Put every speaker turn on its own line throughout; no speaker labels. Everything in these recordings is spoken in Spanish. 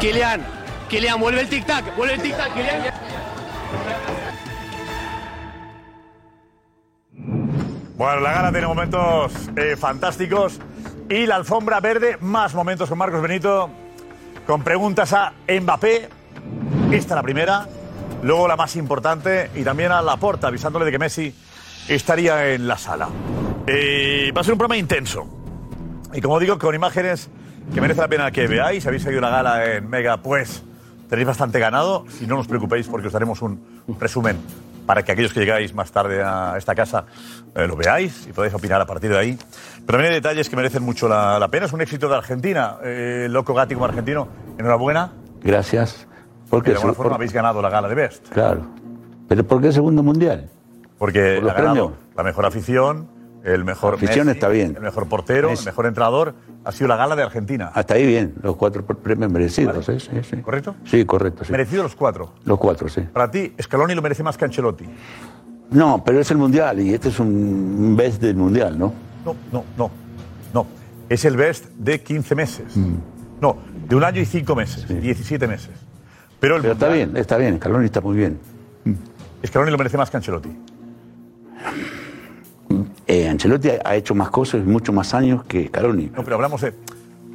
Kilian, Kilian, vuelve el tic-tac, vuelve el tic-tac, Kilian.
Bueno, la gala tiene momentos eh, fantásticos y la alfombra verde, más momentos con Marcos Benito, con preguntas a Mbappé, esta la primera, luego la más importante y también a Laporta, avisándole de que Messi estaría en la sala. Eh, va a ser un programa intenso y como digo, con imágenes que merece la pena que veáis. Si habéis seguido la gala en Mega, pues tenéis bastante ganado. Si no, no os preocupéis porque os daremos un resumen para que aquellos que llegáis más tarde a esta casa eh, lo veáis y podáis opinar a partir de ahí. Pero también hay detalles que merecen mucho la, la pena. Es un éxito de Argentina. Eh, loco Gatti como argentino, enhorabuena.
Gracias. Porque
de alguna
se-
forma
por-
habéis ganado la gala de Best.
Claro. ¿Pero por qué segundo mundial?
Porque
los
Eh, ha ganado
premios.
la mejor afición, el mejor
Afición
Messi,
está bien.
el mejor portero, el mejor entrenador. Ha sido la gala de Argentina.
Hasta ahí bien, los cuatro pre- premios merecidos. ¿eh? Sí, sí.
¿Correcto?
Sí, correcto. sí.
Merecido los cuatro.
Los cuatro, sí.
Para ti, Scaloni lo merece más que Ancelotti.
No, pero es el mundial y este es un best del mundial, ¿no?
No, no, no, no. Es el best de 15 meses.
Mm.
No, de un año y 5 meses, 17 meses. Pero el
Pero está
Mundial,
bien, está bien, Caloni está muy bien.
Scaloni lo merece más que Ancelotti.
Eh, Ancelotti ha- ha hecho más cosas, mucho más años que Caloni.
No, pero hablamos de,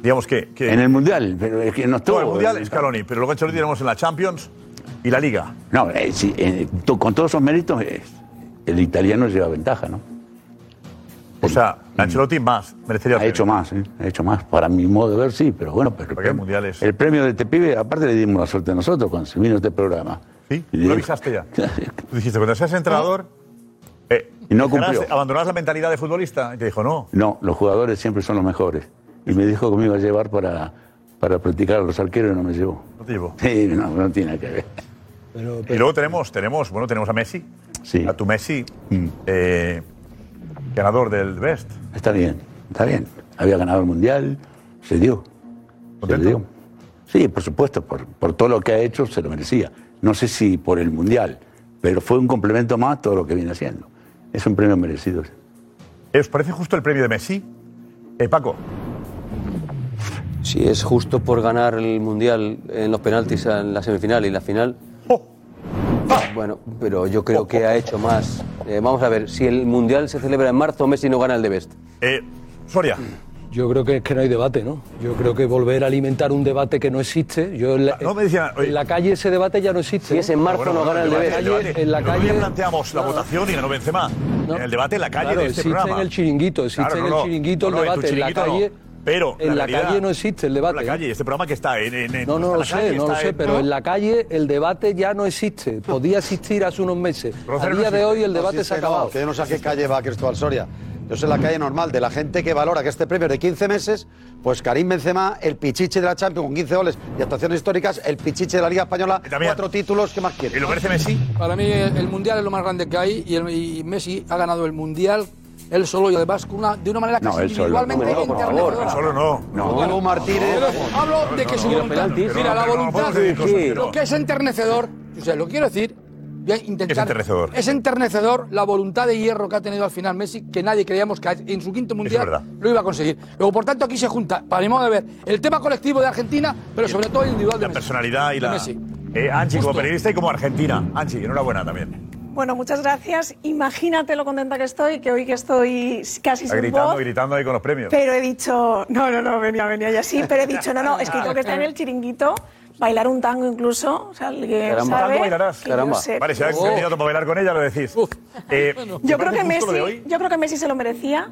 digamos que... que
En el mundial, pero es que no
no,
estuvo. eh,
el Mundial es Scaloni, pero luego Ancelotti tenemos en la Champions y la Liga.
No, eh, sí, eh, to- con todos esos méritos, eh, el italiano lleva ventaja, ¿no? mm,
O sea, Ancelotti más, merecería... el
Ha
premio.
hecho más, ¿eh? ha hecho más. Para mi modo de ver, sí, pero bueno. Pero el,
Porque hay
premio-
mundiales.
el premio de este pibe, aparte le dimos la suerte a nosotros cuando se vino este programa.
Sí,
Y
lo
digo-
avisaste ya. Tú dijiste, cuando seas entrenador... eh,
Y no
dejarás-
cumplió.
¿Abandonarás la mentalidad de futbolista? Y te dijo, no.
no, los jugadores siempre son los mejores. Y me dijo que me iba a llevar para, para practicar a los arqueros y no me llevó.
No te llevo.
Sí, no, no tiene nada que ver.
Y luego tenemos, tenemos, bueno, tenemos a Messi,
Sí, Mm.
a tu Messi, eh, ganador del Best.
está bien, está bien. Había ganado el mundial, se dio. Se
¿Contento?
dio. Sí, por supuesto, por, por todo lo que ha hecho se lo merecía. No sé si por el mundial, pero fue un complemento más todo lo que viene haciendo. Es un premio merecido.
¿Eh, ¿Os parece justo el premio de Messi? Eh, Paco,
Si es justo por ganar el Mundial en los penaltis en la semifinal y la final,
Oh.
bueno, pero yo creo que ha hecho más. Eh, vamos a ver, si el Mundial se celebra en marzo, Messi no gana el de Best.
eh, Soria,
Yo creo que es que no hay debate, ¿no? Yo creo que volver a alimentar un debate que no existe. Yo en la,
Ah, No me decían, oye.
en la calle ese debate ya no existe.
Si es en marzo, no gana el de
debate,
Best.
el debate.
en la
El otro día
calle-
planteamos la votación y ganó Benzema. En el debate en la calle
Claro,
de este
existe
programa.
en el chiringuito, existe
Claro,
en
no,
el
no.
chiringuito
No,
el
no, en tu
debate. En, la
chiringuito no.
calle,
Pero
en la,
realidad-
calle no existe el debate.
En la calle, este programa que está en... en- en-
No,
está
no
en
lo
la
sé,
calle,
no lo
está
sé,
en-
pero en la calle el debate ya no existe. Podía existir hace unos meses. A
Rosario, no
día de
existe.
hoy el
No,
debate
sí,
se ha
sí, no,
acabado.
que yo no sé a qué calle va Cristóbal Soria. Yo sé la calle normal de la gente que valora que este premio es de 15 meses, pues Karim Benzema, el pichiche de la Champions con 15 goles y actuaciones históricas, el pichiche de la Liga Española,
Y también-
cuatro títulos, ¿qué más
¿Y
quieres?
lo merece Messi?
Para mí el el Mundial es lo más grande que hay y, el- y Messi ha ganado el Mundial él solo y además con una- de una manera
No,
casi
él solo,
individualmente
no, no, por favor,
enternecedora.
Solo no.
No,
Hugo Martínez.
Pero Hablo de que su voluntad,
penaltis.
mira, la
Pero no,
voluntad,
podemos decir cosas, pero-
lo que es enternecedor, o sea, lo que quiero decir, voy a intentar-
Es enternecedor.
es enternecedor la voluntad de hierro que ha tenido al final Messi, que nadie creíamos que en su quinto
verdad.
Mundial lo iba a conseguir. Luego, por tanto, aquí se junta, para mi modo de ver, el tema colectivo de Argentina, pero sobre todo el individual de
La
Messi.
personalidad y
De
la...
Messi.
Eh, Anchi, como
Justo.
periodista y como argentina. Anchi, enhorabuena también.
Bueno, muchas gracias. Imagínate lo contenta que estoy, que hoy que estoy casi
Está
sin
gritando,
voz,
gritando ahí con los premios.
pero he dicho, no, no, no, venía, venía ya sí, pero he dicho, no, no, es que tengo que estar en el chiringuito, bailar un tango incluso, o sea, el que
Caramba.
sabe
Tango bailarás.
que yo
Caramba.
sé.
Vale, si has candidato para bailar con ella, lo decís. Eh, ¿te
yo creo
parece
que
justo
Messi,
lo de hoy?
yo creo que Messi se lo merecía.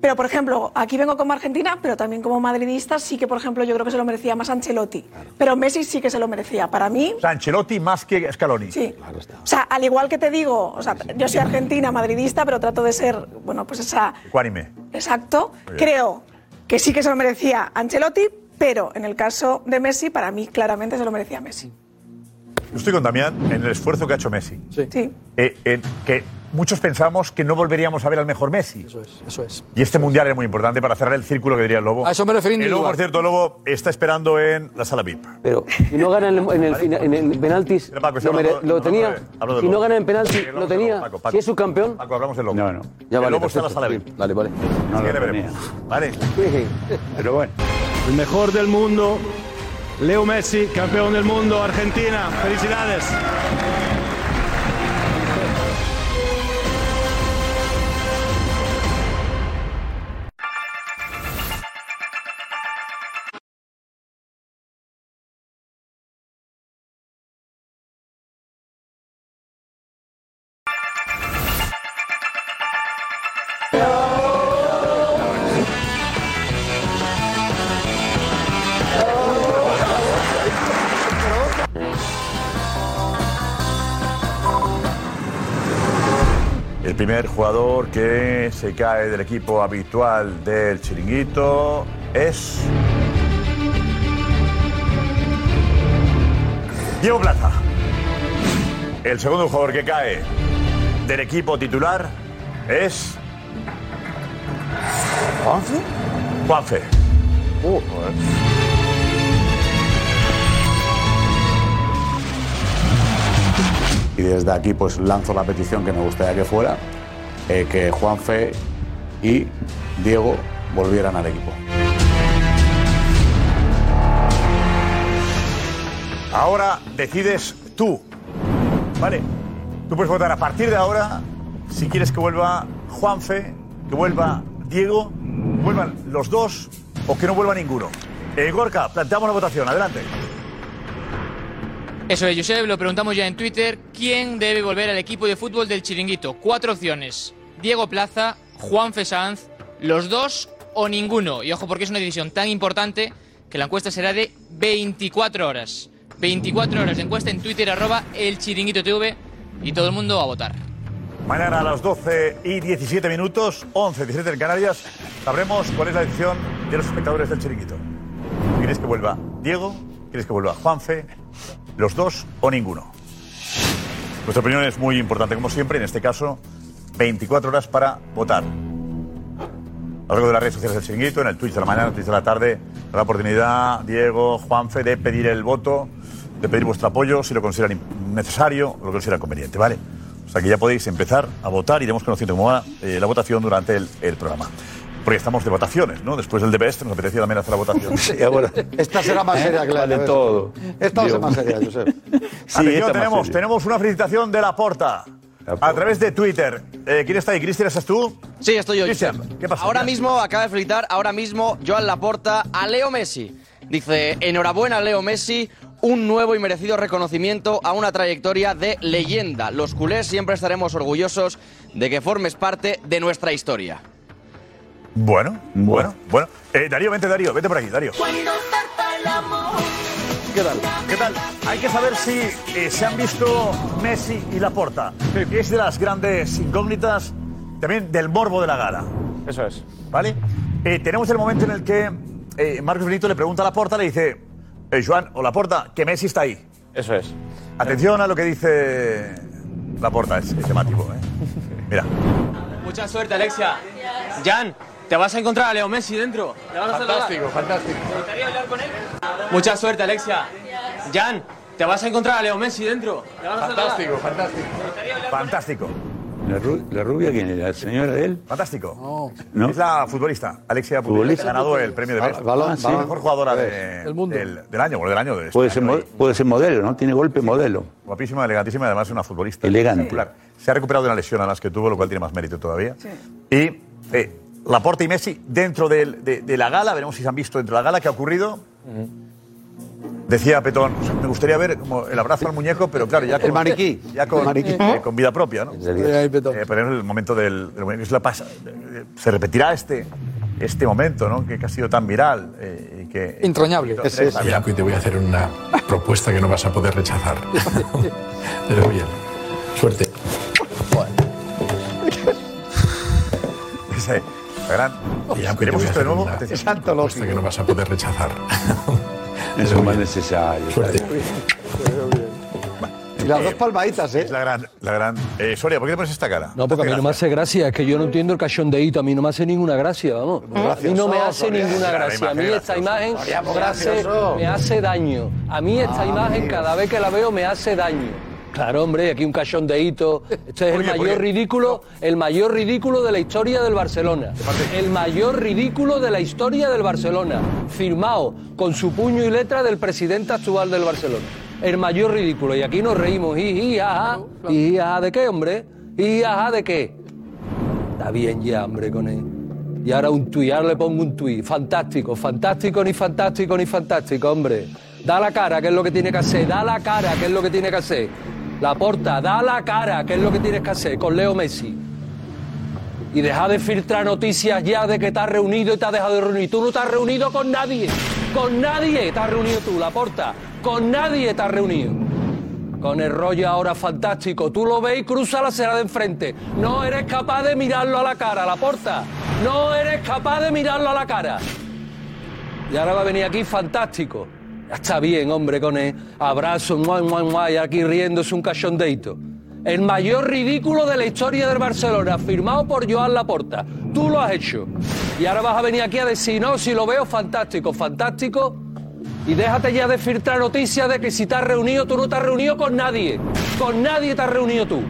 Pero, por ejemplo, aquí vengo como argentina, pero también como madridista, sí que, por ejemplo, yo creo que se lo merecía más Ancelotti. Pero Messi sí que se lo merecía. Para mí,
O sea, Ancelotti más que Scaloni.
Sí. o sea, al igual que te digo, o sea, yo soy argentina, madridista, pero trato de ser, bueno, pues esa,
Cuánime.
Exacto.
Muy bien.
Creo que sí que se lo merecía Ancelotti, pero en el caso de Messi, para mí claramente se lo merecía Messi.
Yo estoy con Damián en el esfuerzo que ha hecho Messi.
Sí.
Sí.
Eh, eh, que muchos pensamos que no volveríamos a ver al mejor Messi.
Eso es, eso es.
Y este mundial es muy importante para cerrar el círculo que diría el Lobo.
A eso me referí
El Lobo,
individual.
por cierto, el Lobo está esperando en la sala VIP.
Pero si no gana en el, en el fina- en el penaltis,
Mira, Paco,
lo,
estamos
mere-
hablando-
lo
hablando
tenía.
de- hablando del
Si no
Lobo.
gana en penalti,
Sí, hablamos
lo
del Lobo,
tenía.
Paco, Paco.
Si es subcampeón,
Paco, hablamos del Lobo.
No, no.
el
ya vale.
Lobo está en la
perfecto.
sala VIP.
Vale, vale.
No
Sí,
lo
le veremos.
tenía.
Vale.
Pero bueno.
El mejor del mundo, Leo Messi, campeón del mundo, Argentina. Felicidades.
El primer jugador que se cae del equipo habitual del chiringuito es. Diego Plaza. El segundo jugador que cae del equipo titular es. Juanfe. Juanfe.
y desde aquí pues lanzo la petición que me gustaría que fuera eh, que Juanfe y Diego volvieran al equipo.
Ahora decides tú. ¿Vale? Tú puedes votar a partir de ahora si quieres que vuelva Juanfe, que vuelva Diego, vuelvan los dos o que no vuelva ninguno. Eh, Gorka, planteamos la votación. Adelante.
Eso es, Josep, lo preguntamos ya en Twitter. ¿Quién debe volver al equipo de fútbol del Chiringuito? Cuatro opciones. Diego Plaza, Juan Fesanz, los dos o ninguno. Y ojo porque es una decisión tan importante que la encuesta será de 24 horas. 24 horas de encuesta en Twitter arroba el Chiringuito TV y todo el mundo a votar.
Mañana a las 12 y 17 minutos, 11, 17 en Canarias, sabremos cuál es la decisión de los espectadores del chiringuito. ¿Quieres que vuelva Diego? ¿Quieres que vuelva Juanfe? ¿Los dos o ninguno? Vuestra opinión es muy importante, como siempre, en este caso, 24 horas para votar. A lo largo de las redes sociales del chiringuito, en el Twitch de la mañana, en el Twitch de la tarde, la oportunidad, Diego, Juanfe, de pedir el voto, de pedir vuestro apoyo, si lo consideran necesario, lo consideran conveniente, ¿vale? O sea que ya podéis empezar a votar, iremos conociendo cómo va eh, la votación durante el, el programa. Porque estamos de votaciones, ¿no? Después del DBS nos apetecía también hacer la votación.
Sí, ahora-
Esta será más seria, claro.
Vale todo.
Esta va a ser
Diego.
más seria, Josep.
Sí,
Atención,
esta más
tenemos,
seria.
tenemos una felicitación de la porta. A través de Twitter. Eh, ¿Quién está ahí? ¿Cristian, estás tú?
Sí, estoy yo.
Cristian,
Josep.
¿qué pasa?
Ahora
Ya.
mismo acaba de felicitar, ahora mismo Joan Laporta a Leo Messi. Dice, enhorabuena Leo Messi, un nuevo y merecido reconocimiento a una trayectoria de leyenda. Los culés siempre estaremos orgullosos de que formes parte de nuestra historia.
Bueno, bueno, bueno. Eh, Darío, vente, Darío, vete por aquí, Darío.
¿Qué tal?
¿Qué tal? Hay que saber si eh, se han visto Messi y Laporta. Es de las grandes incógnitas, también del morbo de la gala.
Eso es.
¿Vale? Eh, tenemos el momento en el que eh, Marcos Benito le pregunta a Laporta, le dice, eh, Joan o Laporta, que Messi está ahí.
Eso es.
Atención a lo que dice Laporta, es, es llamativo. ¿eh? Mira,
Mucha suerte, Alexia. Jan, te vas a encontrar a Leo Messi dentro. ¿Le vas a
Fantástico, fantástico.
Mucha suerte, Alexia. Jan, te vas a encontrar a Leo Messi dentro. ¿Le vas a
Fantástico, fantástico.
fantástico,
La, ru- la rubia, ¿quién era? ¿La señora de él?
fantástico.
¿No?
Es la futbolista, Alexia Putellas,
Futbolista.
ha ganado el premio de
Ah,
Best.
balón,
Es la
balón.
mejor jugadora de-
Del mundo.
Del, del año, bueno, del año. De este
Puede ser,
año,
mo-
¿eh?
puede ser modelo, ¿no? Tiene golpe modelo.
Guapísima, elegantísima, y además es una futbolista.
Elegante.
espectacular. Se ha recuperado de una lesión a las que tuvo, lo cual tiene más mérito todavía. Y eh, Laporta y Messi dentro del- de, de la gala, veremos si se han visto dentro de la gala, ¿qué ha ocurrido? Decía Petón, "O sea, me gustaría ver como el abrazo al muñeco, pero claro, ya con,
maniquí.
ya con,
El maniquí.
eh, con vida propia, ¿no?
Ahí, Petón.
Eh, pero es el momento del, del muñeco, es la pasa- eh, se repetirá este, este momento, ¿no? Que, que ha sido tan viral eh, y que...
Entrañable.
Ese es.
Mira, que te voy a hacer una propuesta que no vas a poder rechazar. Pero bien, suerte.
Ese, la gran...
Mira, que te
¿Queremos
voy a
esto de
hacer
nuevo? este
una
Atención.
propuesta que no vas a poder rechazar.
Eso es más necesario.
Suerte.
Y las dos palmaditas, ¿eh?
La gran, la gran... Eh, Soria, ¿por qué te pones esta cara?
No, porque a mí no me hace gracia, es que yo no entiendo el cachondeíto, a mí no me hace ninguna gracia, vamos. A mí no me hace
Gracioso,
ninguna
Soria.
gracia, a mí
La
esta
imagen
imagen
graciosa. Soria,
me hace,
gracioso.
me hace daño. A mí esta imagen cada vez que la veo me hace daño. Ah, Claro, hombre, aquí un cachondeíto. Este es el
Oye,
mayor
porque-
ridículo, el mayor ridículo de la historia del Barcelona. El mayor ridículo de la historia del Barcelona. Firmado con su puño y letra del presidente actual del Barcelona. El mayor ridículo. Y aquí nos reímos. Y, y, ajá. Y, ajá, ¿de qué, hombre? Y, ajá, ¿de qué? Está bien ya, hombre, con él. Y ahora un tuit, ahora le pongo un tuit. Fantástico, fantástico, ni fantástico, ni fantástico, hombre. Da la cara, que es lo que tiene que hacer. Da la cara, que es lo que tiene que hacer. La porta, da la cara, que es lo que tienes que hacer con Leo Messi. Y deja de filtrar noticias ya de que te has reunido y te has dejado de reunir. Tú no te has reunido con nadie. Con nadie te has reunido tú, la porta. Con nadie te has reunido. Con el rollo ahora fantástico. Tú lo ves y cruza la acera de enfrente. No eres capaz de mirarlo a la cara, la porta. No eres capaz de mirarlo a la cara. Y ahora va a venir aquí fantástico. Ya está bien, hombre, con el abrazo, mua, mua, mua, y aquí riéndose un cachondeito. El mayor ridículo de la historia del Barcelona, firmado por Joan Laporta. Tú lo has hecho. Y ahora vas a venir aquí a decir, no, si lo veo, fantástico, fantástico. Y déjate ya de filtrar noticias de que si te has reunido, tú no te has reunido con nadie. Con nadie te has reunido tú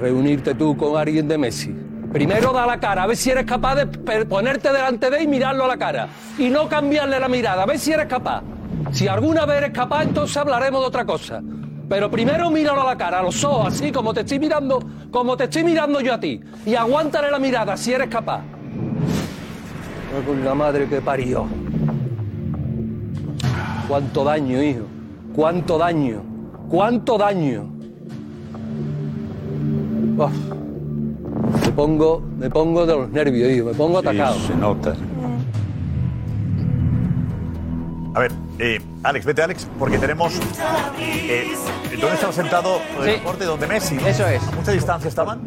reunirte tú con alguien de Messi. Primero da la cara, a ver si eres capaz de pe- ponerte delante de él y mirarlo a la cara. Y no cambiarle la mirada, a ver si eres capaz. Si alguna vez eres capaz, entonces hablaremos de otra cosa. Pero primero míralo a la cara, a los ojos, así como te estoy mirando, como te estoy mirando yo a ti. Y aguántale la mirada, si eres capaz. Ay, Con la madre que parió. Cuánto daño, hijo. Cuánto daño. Cuánto daño. Uf. Me pongo, me pongo de los nervios, hijo, me pongo atacado.
Se nota.
A ver, eh, Alex, vete Alex, porque tenemos... Eh, ¿Dónde estaba sentado Eh, lo del
Sí.
deporte? ¿Dónde Messi?
Eso es.
¿A mucha distancia estaban?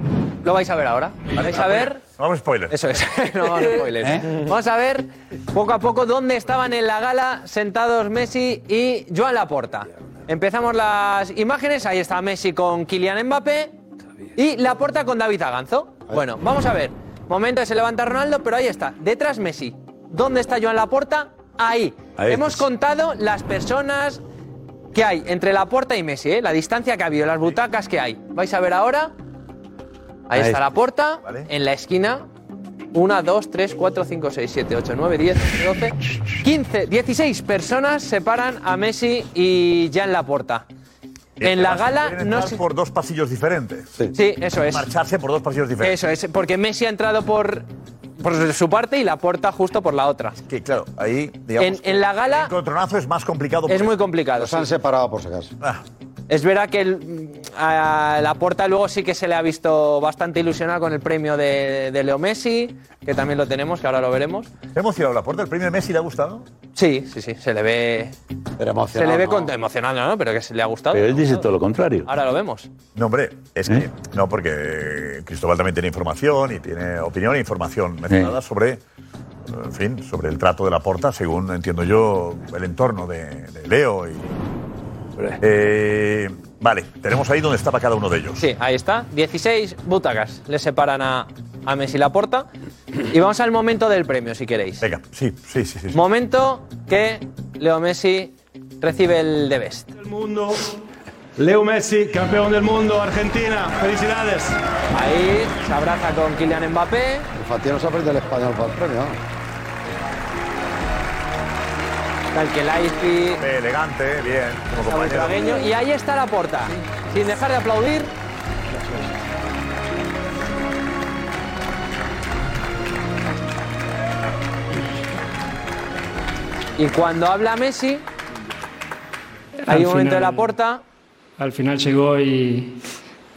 Lo vais a ver ahora. Vais a ver.
Vamos a spoiler.
Eso es. no, no, spoilers. Vamos a ver poco a poco dónde estaban en la gala sentados Messi y Joan Laporta. Empezamos las imágenes. Ahí está Messi con Kylian Mbappé y Laporta con David Aganzo. Bueno, vamos a ver. Momento que se levanta Ronaldo, pero ahí está. Detrás Messi. ¿Dónde está Joan Laporta? Ahí.
Ahí.
Hemos contado las personas que hay entre Laporta y Messi, ¿eh? la distancia que ha habido, las butacas que hay. Vais a ver ahora.
Ahí
Ahí, está
está.
la puerta, en la esquina. 1, 2, 3, 4, 5, 6, 7, 8, 9, 10, 11, 12, 15, 16 personas separan a Messi y Jan Laporta.
Este eh,
En la gala no se...
por dos pasillos diferentes. Sí,
eso es.
Marcharse por dos pasillos diferentes.
Eso es, porque Messi ha entrado por, por su parte y Laporta justo por la otra.
Que claro, ahí, digamos
En-
que
en la gala-
El encontronazo es más complicado.
Es muy complicado.
Los han separado por si acaso.
Ah.
Es verdad que el- a Laporta luego sí que se le ha visto bastante ilusionado con el premio de, de Leo Messi, que también lo tenemos, que ahora lo veremos.
¿Te ha emocionado Laporta? ¿El premio de Messi le ha gustado?
Sí, sí, sí, se le ve. se le ve con- emocionado, ¿no? Pero que se le ha gustado.
Pero él dice todo lo contrario.
Ahora lo vemos.
No, hombre, es que. No, porque eh, Cristóbal también tiene información y tiene opinión e información mencionada sobre. eh, En fin, sobre el trato de la porta, según entiendo yo, el entorno de, de Leo. Y, Eh, vale, tenemos ahí donde estaba cada uno de ellos.
Sí, ahí está. 16 butacas le separan a, a Messi y Laporta. Y vamos al momento del premio, si queréis.
Venga, sí, sí, sí. sí.
Momento que Leo Messi recibe el de Best.
mundo. Leo Messi, campeón del mundo, Argentina, felicidades.
Ahí se abraza con Kylian Mbappé.
Infantino se aprende el español para el premio. ¿no?
Tal que Laifi.
Elegante, bien, como
Saúl
compañero.
Tragueño. Y ahí está la porta. Sin dejar de aplaudir. Y cuando habla Messi, hay
Al
un momento de
final-
la porta.
Al final llegó y,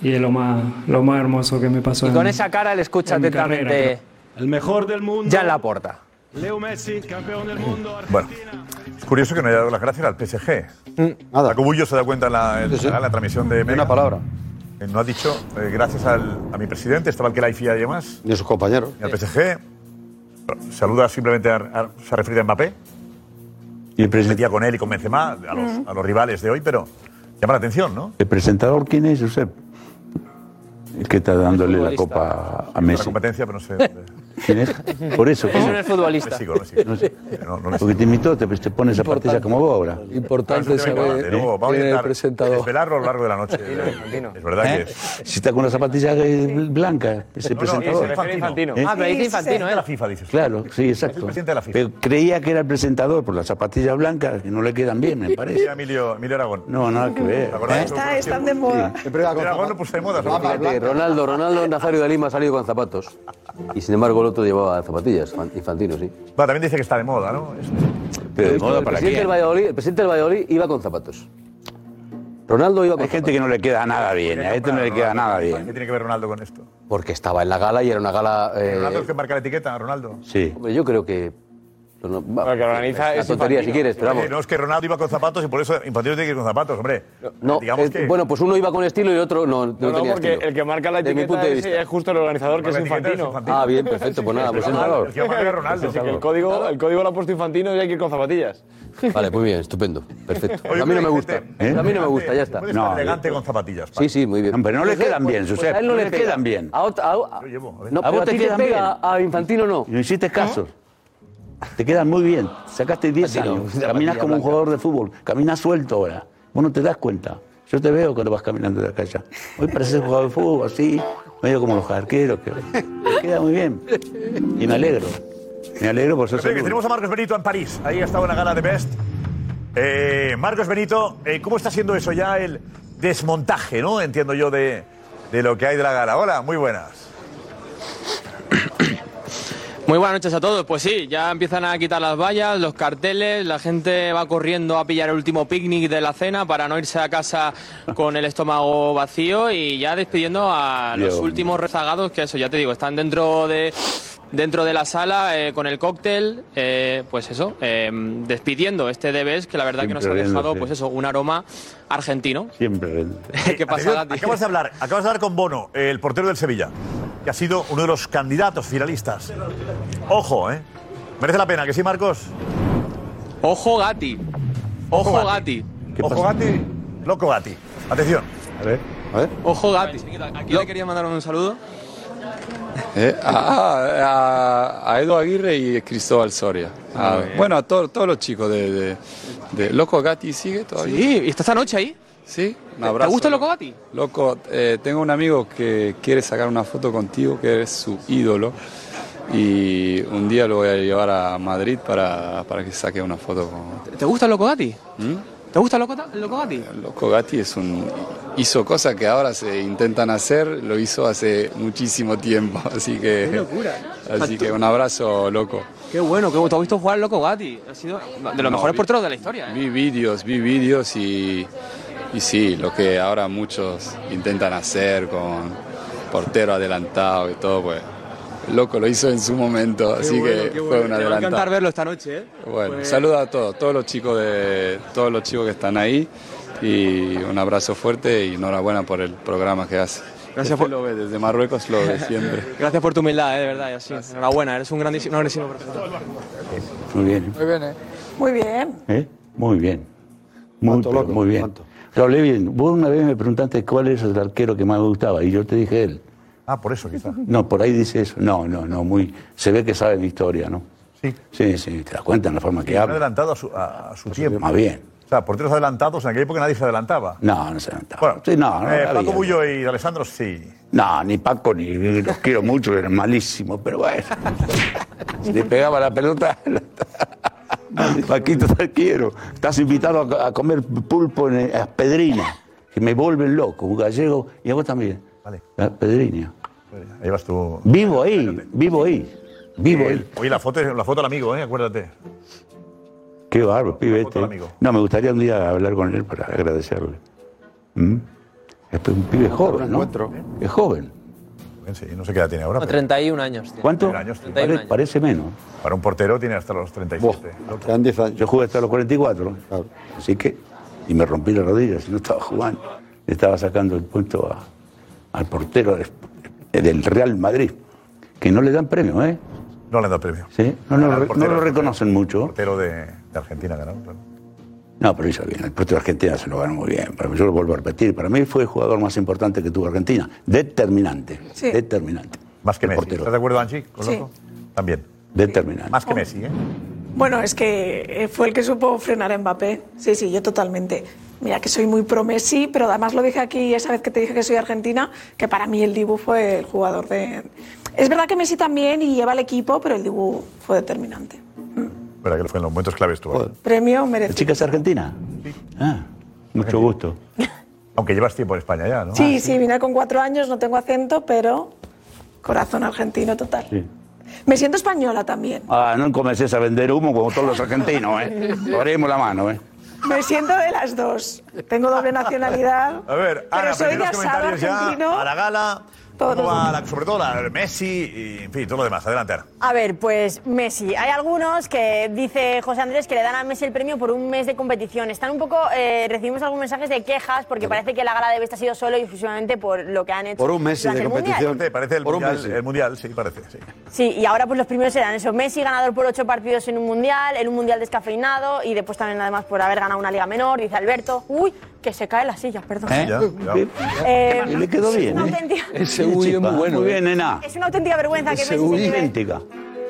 y es lo más, lo más hermoso que me pasó.
Y
en-
con esa cara le escucha
en mi carrera,
atentamente.
El mejor del mundo.
Ya en la puerta.
Leo Messi, campeón del mundo.
Bueno, es curioso que no haya dado las gracias al
Mm,
PSG. Nada. Acubullo se da cuenta en la, en la- la transmisión de Una palabra. No ha dicho eh, gracias al- a mi presidente, estaba el que la IFIA y demás.
Y a sus compañeros.
Y al PSG. Saluda simplemente, a, a- se ha referido a Mbappé.
Y el presidente.
Metía con él y con Benzema, a
Mm.
los, a los rivales de hoy, pero llama la atención, ¿no?
¿El presentador quién es, Josep? El que está dándole la copa a
La
Messi.
competencia, pero no sé. dónde.
¿Quién es? Por eso. ¿cómo?
No le sigo, no le sigo.
No sé. Porque te invitó, te, te pones a pastilla como vos ahora.
Importante Ahora es un tema saber, importante, ¿no? ¿eh? Vamos a quién era el intentar presentador. desvelarlo a lo largo de la noche. Es verdad que es.
¿Eh? Si está con las zapatillas eh, blancas, ese
No, no,
presentador.
se refiere a Infantino.
¿Eh?
Ah, pero dice Sí, sí, Infantino, sí. ¿eh? La FIFA, dices.
Claro, sí, exacto.
Es el presidente de la FIFA.
Pero creía que era el presentador por las zapatillas blancas, que no le quedan bien, me
Sí,
parece.
Emilio, Emilio Aragón.
No, nada que ver. ¿Eh?
¿Te acordás?
Eh, Está, están de moda.
Emilio Aragón no puso de moda.
Fíjate, Ronaldo, Ronaldo Nazario de Lima ha salido con zapatos. Y sin embargo el otro llevaba zapatillas, fan- infantino, sí.
Va, también dice que está de moda, ¿no?
Pero de moda
el,
para
presidente
quién.
del Valladolid, el presidente del Valladolid iba con zapatos. Ronaldo iba con
Hay gente que no le queda nada bien, a este no le queda nada bien.
¿Qué tiene que ver Ronaldo con esto?
Porque estaba en la gala y era una gala. eh,
Ronaldo es que marca la etiqueta, Ronaldo.
Sí.
Hombre, yo creo que. no, no, va,
organiza
es una tontería si quieres, pero vamos.
No, es que Ronaldo iba con zapatos y por eso Infantino tiene que ir con zapatos, hombre.
No,
digamos
eh,
que-
Bueno, pues uno iba con estilo y el otro no, no,
No, no,
tenía
porque
estilo.
el que marca la
De mi
etiqueta
punto de
es-
vista.
es justo el organizador, que es
La etiqueta
Infantino.
Ah, bien, perfecto, pues nada, pues
Ronaldo,
Ronaldo.
el que marca es Ronaldo. Así que el código, el código lo ha puesto Infantino y hay que ir con zapatillas.
Vale, muy bien, estupendo, perfecto.
Oye,
a mí no me
pero
gusta.
¿Eh?
A mí no me gusta, ya está.
Puede estar elegante con zapatillas.
Sí, sí, muy bien.
Pero no le
Pues,
quedan
pues,
bien,
pues,
Josep.
a él no le pega.
quedan bien.
A, ot- a- a- no,
¿A
pero
vos
a
te
ti te
quedan
pega, a Infantino no.
No hiciste caso. Te quedan muy bien. Sacaste 10 años. Caminas como un jugador de fútbol. Caminas suelto ahora. Vos no te das cuenta. Yo te veo cuando vas caminando de la calle. Hoy pareces jugador de fútbol, así, medio como los arqueros. Que... Te queda muy bien. Y me alegro. Me alegro por ser
Perfecto, que
seguro.
tenemos a Marcos Benito en París. Ahí ha estado en la gala de Best. Eh, Marcos Benito, eh, ¿cómo está siendo eso ya el desmontaje, no? Entiendo yo de, de lo que hay de la gala. Hola, muy buenas.
Muy buenas noches a todos. Pues sí, ya empiezan a quitar las vallas, los carteles, la gente va corriendo a pillar el último picnic de la cena para no irse a casa con el estómago vacío y ya despidiendo a los
Dios
últimos rezagados, que eso ya te digo, están dentro de dentro de la sala eh, con el cóctel, eh, pues eso, eh, despidiendo este debes que la verdad que
Siempre
nos ha dejado,
riéndose.
pues eso, un aroma argentino.
Siempre.
¿Qué pasada, tío?
Acabas de hablar, acabas de hablar con Bono, el portero del Sevilla, que ha sido uno de los candidatos finalistas. Ojo, ¿eh? Merece la pena, ¿que sí, Marcos?
Ojo Gatti. Ojo Gatti.
Ojo Gatti, loco Gatti. Atención.
A ver, a ver.
Ojo Gatti. ¿A quién le quería mandar un saludo?
Eh, ah, a, a- a Edo Aguirre y Cristóbal Soria. A- bueno, a to- todos los chicos de, de- de- ¿Loco Gatti sigue todavía?
Sí, ¿y está esta noche ahí?
Sí, un
¿Te-
abrazo.
¿Te gusta Loco Gatti?
Loco, eh, tengo un amigo que quiere sacar una foto contigo, que eres su ídolo. Y un día lo voy a llevar a Madrid para, para que saque una foto con...
¿Te gusta Loco Gatti?
¿Mm?
¿Te gusta Loco, Loco Gatti?
Loco Gatti es un, hizo cosas que ahora se intentan hacer, lo hizo hace muchísimo tiempo, así que...
Qué locura.
Así que un abrazo, loco.
Qué bueno, qué bueno. ¿Te has visto jugar Loco Gatti? Ha sido de los
No,
mejores
vi-
porteros de la historia. ¿eh?
Vi vídeos, vi vídeos y, y sí, lo que ahora muchos intentan hacer con portero adelantado y todo, pues loco lo hizo en su momento,
Qué
así
bueno,
que
qué
fue
bueno.
un
Te va a encantar
adelantado.
verlo esta noche, ¿eh?
Bueno,
Pues-
saluda a todos, todos los chicos de todos los chicos que están ahí y un abrazo fuerte y enhorabuena por el programa que hace.
Gracias
Gracias por lo ve desde Marruecos lo ve siempre.
Gracias por tu humildad, ¿eh? de verdad. y así. Enhorabuena, eres un grandísimo, un grandísimo profesor.
Muy bien.
Muy bien, ¿eh?
Muy bien.
¿eh? Muy bien. Muy, pero muy bien. Lo hablé bien. Vos una vez me preguntaste cuál es el arquero que más me gustaba y yo te dije él.
Ah, por eso quizá.
No, por ahí dice eso. No, no, no, muy. Se ve que sabe mi historia, ¿no?
Sí.
Sí, sí, te das cuenta en la forma que
Un
habla.
adelantado a su, a- a su tiempo.
Más bien.
O sea, porteros adelantados, en aquella época nadie se adelantaba.
No, no se levantaba.
Bueno,
Sí, no, no,
eh,
había.
Paco Bullo y Alessandro sí.
No, ni Paco ni los quiero mucho, eran malísimos, pero bueno. Si le pegaba la pelota. Paquito, te quiero. Estás invitado a a comer pulpo en eh, Aspedrina, que me vuelven loco, un gallego, y a vos también. Vale. Aspedrina.
Ahí vas tú.
Vivo ahí, vivo ahí, vivo ahí.
Oye, la foto, la foto del amigo, ¿eh? acuérdate.
Qué bárbaro, pibe.
foto
este.
del amigo.
No, me gustaría un día hablar con él para agradecerle. ¿Mm? Es un pibe joven, ¿no? Es joven.
Sí, no sé qué edad tiene ahora.
No, 31 años. tiene.
¿Cuánto?
años,
Pare-
31
parece,
años.
menos.
Para un portero tiene hasta los 37.
Yo jugué hasta los 44. Así que, y me rompí la rodilla, si no estaba jugando. Le estaba sacando el punto a- al portero de- del Real Madrid, que no le dan premio, ¿eh?
No le han dado premio.
¿Sí? No, no,
Al
no
portero,
lo
al
reconocen mucho.
Portero de, de Argentina ganó, claro.
No, pero hizo bien. El puesto de Argentina se lo ganó muy bien. Para mí, yo lo vuelvo a repetir. Para mí fue el jugador más importante que tuvo Argentina. Determinante.
Sí.
Determinante.
Más que Messi. ¿Estás de acuerdo, Anchi?
Sí. Loco?
También.
Determinante.
Más que Messi, ¿eh?
Bueno, es que eh, fue el que supo frenar a Mbappé. Sí, sí, yo totalmente. Mira que soy muy pro Messi, pero además lo dije aquí esa vez que te dije que soy argentina, que para mí el Dibu fue el jugador de... Es verdad que Messi también y lleva el equipo, pero el Dibu fue determinante.
Pero que fue en los momentos claves tú. ¿eh?
Premio
¿La
merecido.
chica es argentina? Ah, mucho gusto.
Aunque llevas tiempo en España ya, ¿no?
Sí, sí, vine con cuatro años, no tengo acento, pero corazón argentino total.
Sí.
Me siento española también.
Ah, no comences a vender humo como todos los argentinos, ¿eh? Abrimos la mano, ¿eh?
Me siento de las dos. Tengo doble nacionalidad.
A ver,
Pero
Ana,
soy
primeros
de asado
comentarios ya
argentino.
a la gala,
Todos.
cómo va la- sobre todo la de Messi y en fin, todo lo demás. Adelante, Ana.
A ver, pues Messi. Hay algunos que dice José Andrés que le dan a Messi el premio por un mes de competición. Están un poco, eh, recibimos algunos mensajes de quejas porque parece que la gala de Best ha sido solo y exclusivamente por lo que han hecho. durante el Mundial.
Parece- Parece el
Por un
mundial,
Messi.
el mundial, sí, parece. Sí.
Sí, y ahora pues los primeros eran eso, Messi ganador por ocho partidos en un mundial, en un mundial descafeinado y después también además por haber ganado una liga menor, dice Alberto. Uy, que se cae la silla, perdón.
¿Eh? Ya, ya.
Eh,
Y le quedó bien,
Es una
¿eh?
auténtica-
Ese huye muy bueno. ¿eh? Muy bien, nena.
es una auténtica vergüenza que Messi se lleve
idéntica.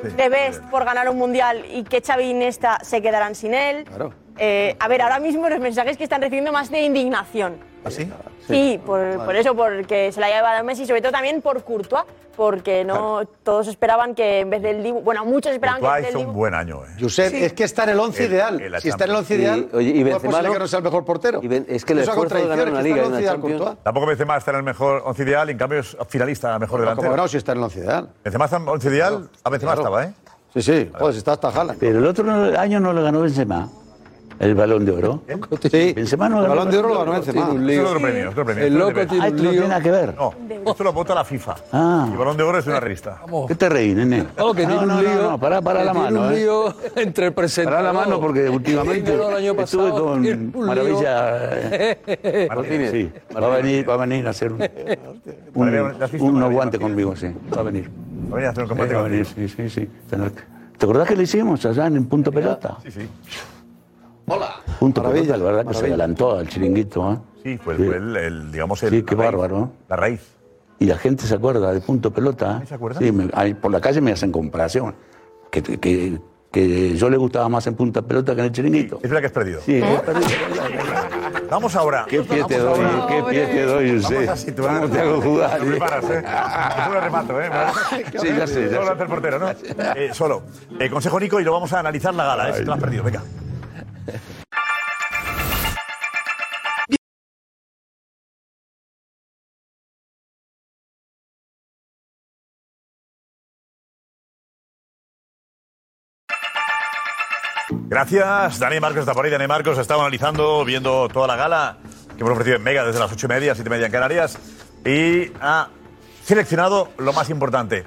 de Best por ganar un mundial y que Xavi y Iniesta se quedarán sin él.
Claro.
Eh, a ver, ahora mismo los mensajes que están recibiendo más de indignación.
¿Ah,
¿Así?
Sí, por, por eso, porque se la haya llevado Messi, sobre todo también por Courtois, porque no todos esperaban que en vez del Dibu, bueno, muchos esperaban que en
Courtois
vez
hizo
del Dibu
un buen año, ¿eh?
Josep,
Sí.
es que está en el 11
El-
ideal.
el- la
si está en el 11
Champions.
ideal,
Y- oye, y
¿cómo es
Benzema
posible
no?
que no sea el mejor portero.
es que el
Eso es
esfuerzo de
contradicción,
ganar
es
una
que está
liga
en
y
el
una
11 ideal
Champions.
Courtois.
Tampoco Benzema está en el mejor once ideal, en cambio es finalista, mejor
Paco
delantero.
Bravo sí está en el 11 ideal.
Benzema está en once ideal, a Benzema estaba, ¿eh?
Sí, sí, joder, si está hasta Jala.
Pero el otro no- año no lo ganó Benzema, el Balón de Oro.
Sí.
Benzema no
El
ganó
Balón de Oro lo ganó Benzema.
Eso es otro premio, es otro premio. Esto no tiene-
Ah, esto no tiene nada que ver.
No, esto lo vota la FIFA.
Ah.
Y el Balón de Oro es
Eh,
una revista.
¿Qué te reí, nene?
Oh,
no,
que tiene
no,
un
no,
lío.
No, pará, pará
que
la
tiene
mano.
un
¿eh?
lío entre el presentador.
Pará la mano porque
el
últimamente
primero del año
estuve
pasado, tiene un
con
lío.
Maravilla. eh,
Martínez.
Sí, va a venir, va a venir a hacer un, un- unos guantes conmigo, sí. Va a venir.
Va a venir a hacer un combate
Sí, va a venir, sí, sí, sí. ¿Te acordás que lo hicimos allá en el punto pelota?
Sí, sí.
Punto pelota, la verdad que se
maravilla.
adelantó al chiringuito. ¿eh?
Sí, fue, fue el, el, digamos, el.
Sí, qué
la raíz.
bárbaro.
La raíz.
Y la gente se acuerda de punto pelota. ¿Se
acuerda?
Sí, me- ahí por la calle me hacen comparación. Que, que, que yo le gustaba más en punta pelota que en el chiringuito.
Es la que has perdido.
Sí,
Vamos ahora.
¿Qué pie te
Vamos
doy?
ahora.
¿Qué pie te doy?
Vamos
José?
a situar.
¿Cómo te hago jugar?
Lo preparas, ¿eh? Es un remato, ¿eh?
Sí, ya sé, ya
Solo
sé.
hace el portero, ¿no? Eh, solo. Eh, consejo Nico y lo vamos a analizar la gala, ¿eh? Si te lo has perdido, venga. Gracias, Dani Marcos está por ahí. Dani Marcos estaba analizando, viendo toda la gala que hemos ofrecido en Mega desde las ocho y media, siete y media en Canarias. Y ha seleccionado lo más importante.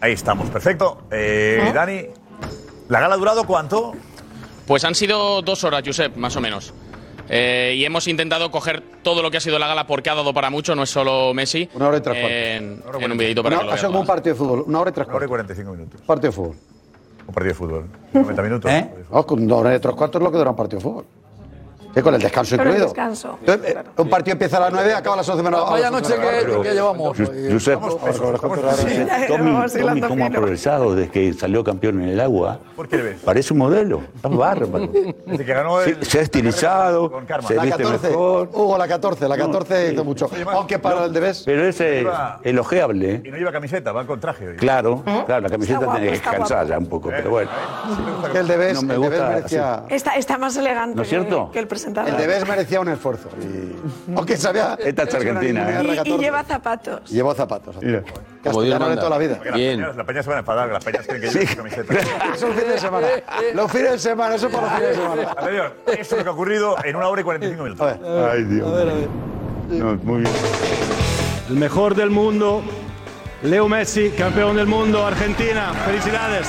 Ahí estamos, perfecto. Eh, Dani, ¿la gala ha durado cuánto?
Pues han sido dos horas, Josep, más o menos. Eh, y hemos intentado coger todo lo que ha sido la gala porque ha dado para mucho, no es solo Messi. Una hora y tres En, en un videito para
Una-
que lo
ha
veas.
sido como un partido de fútbol, una hora y tres
Una hora y 45 minutos.
Partido de fútbol.
Un partido de fútbol. 90 minutos.
No, con dos horas y tres cuartos es lo que dura un partido de fútbol. Sí, con el descanso
Con el
incluido.
descanso.
Entonces, eh, Un partido empieza a las 9, acaba a las 11 menos. a las
Vaya
11
noche
menos
que-
cuarto.
que llevamos.
Josep,
Sí,
Tommy,
vamos a ir
Tommy,
dando
¿cómo ha
fino.
progresado desde que salió campeón en el agua?
¿Por qué le ves?
Parece un modelo. Está bárbaro.
Desde que ganó
Sí,
el.
se ha estilizado, se
La
viste
14,
mejor.
Hugo, la 14, la 14 hizo mucho. Aunque para el de Bes.
Pero ese es eh,
Iba-
elogiable. ¿eh?
Y no lleva camiseta, va con traje hoy.
Claro, claro, la
Está
camiseta
guapo,
tiene que
está
descansar
guapo.
ya un poco,
Eh,
pero bueno.
El de Bes,
No me
el de Bes
gusta
merecía.
Está, está más elegante
¿No es cierto?
que- que el presentador.
El de Bes merecía un esfuerzo. Aunque sabía.
Esta es argentina, ¿eh?
Y, y lleva zapatos.
Llevó zapatos.
Como Dios
Castellano de
manda.
toda la vida.
Porque las peñas- Las peñas se van a enfadar, las peñas creen que lleva camiseta.
Es un fin de semana. Los fines de semana, eso para los fines de semana.
Anterior, eso es lo que ha ocurrido en una hora y 45 minutos.
Ay, Dios.
muy bien. El mejor del mundo, Leo Messi, campeón del mundo, Argentina. Felicidades.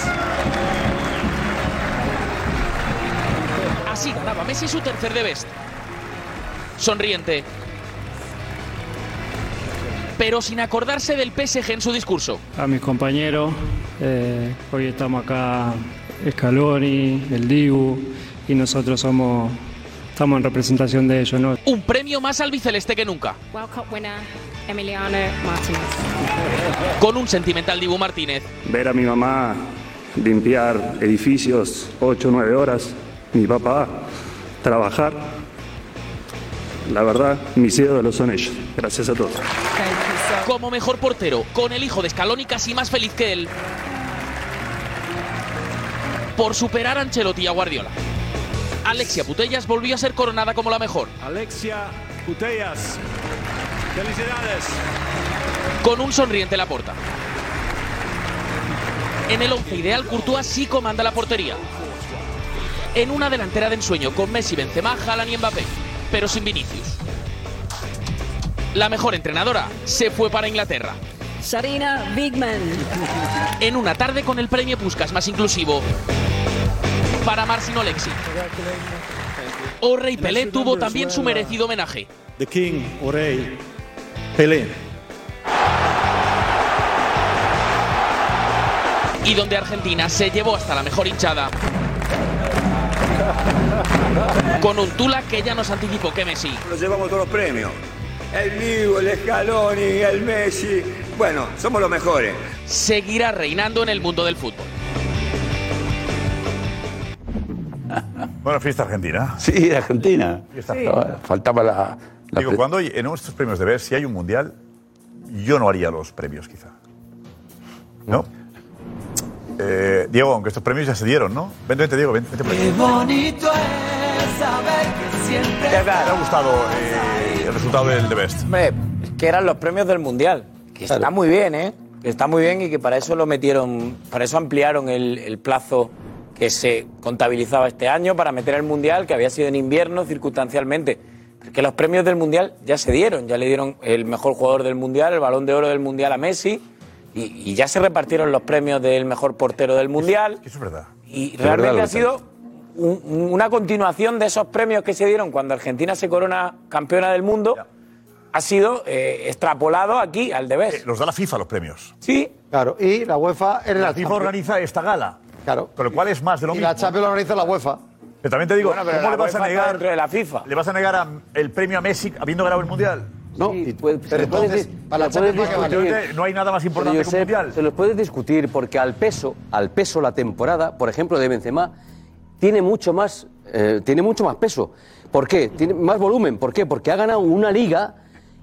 Así ganaba Messi su tercer de best. Sonriente. Pero sin acordarse del PSG en su discurso.
a mis compañeros. eh, hoy estamos acá Scaloni, el Dibu y nosotros somos estamos en representación de ellos, ¿no?
Uh.
Un premio más al biceleste que nunca.
World Cup winner Emiliano Martinez.
Con un sentimental Dibu Martínez.
Ver a mi mamá limpiar edificios 8 o 9 horas, mi papá trabajar. La verdad, mis ídolos son ellos. Gracias a todos.
Como mejor portero, con el hijo de Scaloni casi más feliz que él. Por superar a Ancelotti y a Guardiola. Alexia Putellas volvió a ser coronada como la mejor.
Alexia Putellas. Felicidades.
Con un sonriente la porta. En el 11 ideal, Courtois sí comanda la portería. En una delantera de ensueño con Messi, Benzema, Haaland y Mbappé, pero sin Vinicius. La mejor entrenadora se fue para Inglaterra.
Sarina Bigman.
En una tarde con el premio Puskas más inclusivo. Para Marcin Oleksic. Orre y Pelé tuvo también su merecido homenaje.
The King, Orey, Pelé.
y donde Argentina se llevó hasta la mejor hinchada. Con un Tula que ya nos anticipó que Messi.
Nos llevamos todos los premios. El Dibu, el Scaloni, el Messi. Bueno, somos los mejores.
Seguirá reinando en el mundo del fútbol.
Bueno, fiesta argentina.
Sí, Argentina.
Fiesta
Sí.
argentina.
Faltaba la. la
Digo,
pre-
cuando hay- en estos premios de ver, si hay un mundial, yo no haría los premios, quizá. ¿No? Eh, Diego, aunque estos premios ya se dieron, ¿no? Vente, vente, Diego, vente, vente por aquí.
bonito es saber que siempre.
¿Te ha gustado eh, el resultado del The Best?
Hombre, es que eran los premios del Mundial. Que está muy bien, ¿eh? Que está muy bien y que para eso lo metieron, para eso ampliaron el, el plazo que se contabilizaba este año para meter el Mundial, que había sido en invierno circunstancialmente. Porque los premios del Mundial ya se dieron, ya le dieron el mejor jugador del Mundial, el balón de oro del Mundial a Messi, y, y ya se repartieron los premios del mejor portero del Mundial.
Eso es verdad.
Y
De verdad,
realmente ha
Lucas.
sido un- un- una continuación de esos premios que se dieron cuando Argentina se corona campeona del mundo. Ha sido eh, extrapolado aquí al deber.
los da la FIFA los premios.
Sí.
Claro, y la UEFA es
La FIFA organiza esta gala.
Claro.
Con lo cual es más de lo
y
mismo.
la Champions la organiza la UEFA.
Pero también te digo,
Bueno, pero
¿cómo
la
le vas a
UEFA está
negar
dentro
de la FIFA?
¿Le vas a negar a- el premio a Messi habiendo ganado el mundial?
No,
pero entonces,
para la Champions
League, efectivamente, no hay nada más importante que un mundial.
Se los puedes discutir porque al peso, al peso la temporada, por ejemplo, de Benzema, tiene mucho más, eh, tiene mucho más peso. ¿Por qué? Tiene más volumen. ¿Por qué? Porque ha ganado una liga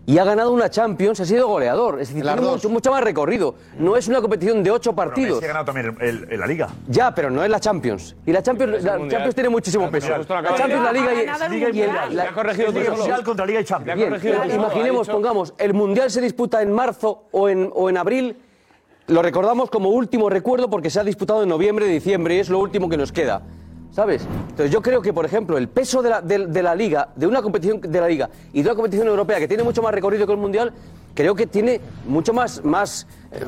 y ha ganado una Champions, ha sido goleador. Es decir, tiene mucho, mucho más recorrido. No es una competición de ocho
Messi
partidos.
ha ganado también el- el- el- la Liga.
Ya, pero no es la Champions. Y la Champions, la
Mundial.
Champions tiene muchísimo
El
peso.
Mundial.
La Champions, la Liga
Ha ganado
y,
el
Liga y el-
Mundial.
la-
Le ha corregido
Liga
tú
y
solo. Mundial contra Liga y Champions.
Bien,
Le ha corregido
pero
tú solo,
imaginemos,
ha dicho.
pongamos, el Mundial se disputa en marzo o en, o en abril. Lo recordamos como último recuerdo porque se ha disputado en noviembre, diciembre y es lo último que nos queda. ¿Sabes? Entonces yo creo que, por ejemplo, el peso de la, de- de la liga, de una competición de la liga y de una competición europea que tiene mucho más recorrido que el Mundial, creo que tiene mucho más, más, eh,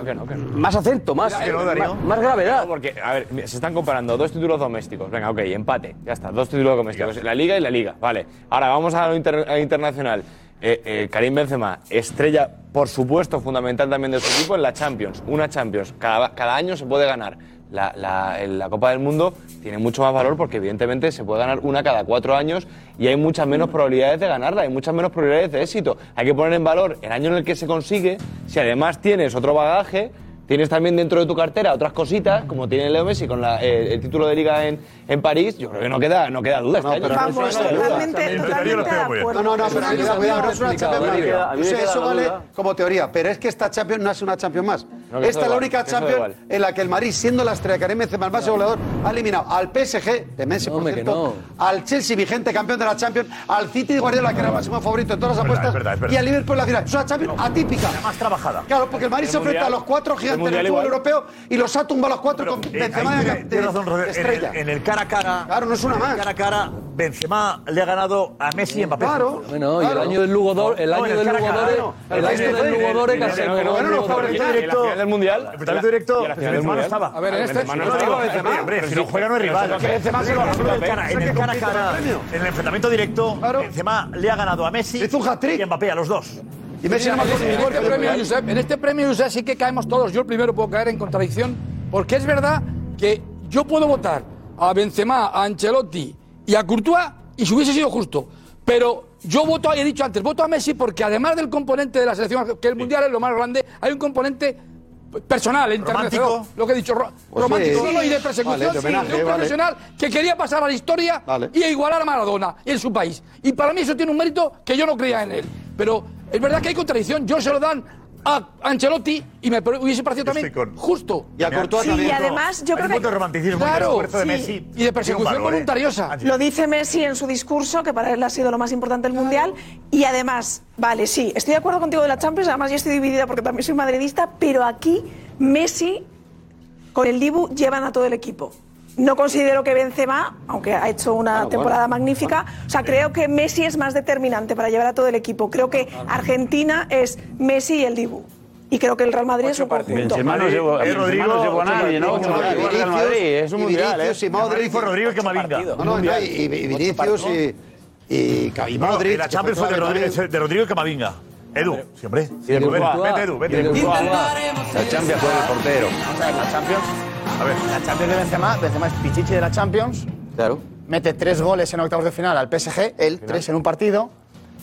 más acento, más, más, más gravedad.
No, porque, a ver, se están comparando dos títulos domésticos. Venga, ok, empate. Ya está, dos títulos domésticos. La Liga y la Liga. Vale. Ahora vamos a lo inter- a internacional. Eh, eh, Karim Benzema, estrella, por supuesto, fundamental también de su equipo en la Champions. Una Champions. Cada, cada año se puede ganar. La, la- en la Copa del Mundo tiene mucho más valor porque, evidentemente, se puede ganar una cada cuatro años y hay muchas menos probabilidades de ganarla, hay muchas menos probabilidades de éxito. Hay que poner en valor el año en el que se consigue. Si además tienes otro bagaje, Tienes también dentro de tu cartera otras cositas, como tiene Leo Messi con la, eh, el título de liga en, en París. Yo creo que no queda, no queda duda. este año.
Vamos,
No queda duda.
No, no, no, pero cuidado, cuidado, no es una Champions
Complicado, a mí me
más.
queda- a mí me
O sea,
queda
Eso
la
vale
duda.
como teoría, pero es que esta Champions no es una Champions más.
No, que eso
Esta es
da
la
igual,
única
que eso da
Champions
igual.
en la que el Madrid, siendo la estrella Karim Benzema, el máximo goleador, ha eliminado al PSG, de Messi, por cierto, al Chelsea, vigente campeón de la Champions, al City de Guardiola, que era el máximo favorito en todas las
verdad,
apuestas,
es verdad, es verdad.
y al Liverpool en la final. Es una Champions atípica.
más trabajada.
Claro, porque el Madrid
El
se enfrenta a
Mundial-
los cuatro
el
gigantes
Mundial
del fútbol
igual.
europeo y los ha tumbado a los cuatro con
Eh, ahí
Benzema de-
tiene-
de
tiene razón, Roger.
de
En el-
estrella.
En el cara a cara.
Claro, no es una
en el
más.
Cara a cara Benzema le ha ganado a Messi y Mbappé.
Claro. Bueno, y el año del Lugo Dor- el año del Lugo Dore- el año del Lugo Dore casi no ganó el Lugo Dore.
Bueno,
¿Y la final
del Mundial. El enfrentamiento directo,
¿Y la final del
Benzema no
Mundial?
estaba.
A ver, en este-
Benzema no
no
estaba.
digo Benzema.
Hombre, hombre, si no juega este ¿eh? no es rival.
Pero que Benzema se lo ganó
En el
el
cara-
Lugo
En el
Dore.
cara a cara, en el enfrentamiento directo, Benzema le ha ganado a Messi y a Mbappé, a los dos.
Y Messi no marcó
en,
ningún gol,
este
pero-
premio, Josep, en este premio, Josep, sí que caemos todos. Yo el primero puedo caer en contradicción, porque es verdad que yo puedo votar a Benzema, a Ancelotti y a Courtois y si hubiese sido justo. Pero yo voto, he dicho antes, voto a Messi porque además del componente de la selección, que el Mundial es lo más grande, hay un componente personal, internacional,
Romántico.
lo que he dicho, ro-
Pues
romántico
sí.
no, y de
Vale,
persecución
de homenaje,
de un
vale.
profesional que quería pasar a la historia
Vale.
y a igualar e a Maradona en su país. Y para mí eso tiene un mérito que yo no creía en él. Pero es verdad que hay contradicción. Yo se lo dan a Ancelotti y me pare- hubiese parecido también justo.
Y a Courtois
Sí, también. y además
Hay
yo creo
un
que-
punto de romanticismo y de
Claro,
esfuerzo de
sí.
Messi.
Y de
Tiene un
persecución
valor, ¿eh?
voluntariosa.
Lo dice Messi en su discurso, que para él ha sido lo más importante del Mundial. Y además, vale, sí, estoy de acuerdo contigo de la Champions, además yo estoy dividida porque también soy madridista, pero aquí Messi con el Dibu llevan a todo el equipo. No considero que Benzema, aunque ha hecho una
bueno.
temporada magnífica, o sea, creo que Messi es más determinante para llevar a todo el equipo. Creo que Argentina es Messi y el Dibu. Y creo que el Real Madrid es un conjunto.
Benzema no llevó
Eh,
Benzema
Rodrigo,
no llevó a
ocho
nadie, ¿no?
partidos,
Ocho
ocho
partidos. Real Madrid, es un
y
mundial, ¿eh?
Vinicius y Modric.
Fue Rodrigo y Camavinga.
No, no, y, y- y Vinicius y, y, y
No,
Modric.
en la
que
Champions fue de
titular
Rodrigo, de Rodrigo y Camavinga. Edu, siempre.
Y de
Vete,
Courtois.
vete, Edu, vete.
Y de Courtois.
La Champions fue el portero.
O sea, en la Champions.
A ver.
La Champions de Benzema, Benzema es pichichi de la Champions.
Claro.
Mete tres goles en octavos de final al PSG, él tres en un partido.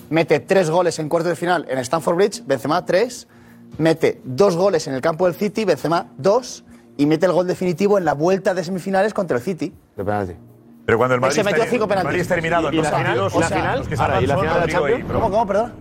Mete tres goles en cuartos de final en Stamford Bridge, Benzema tres. Mete dos goles en el campo del City, Benzema dos. Y mete el gol definitivo en la vuelta de semifinales contra el City.
De penalti.
Pero cuando el
Él
Madrid
se metió
está-
cinco
el Madrid
penaltis.
está eliminado en
Y
dos
la final,
partidos,
o
los
sea,
que
ahora,
salvan
¿y la final
son
de la
Rodrigo y-
Champions?
pero-
¿Cómo, cómo, perdón?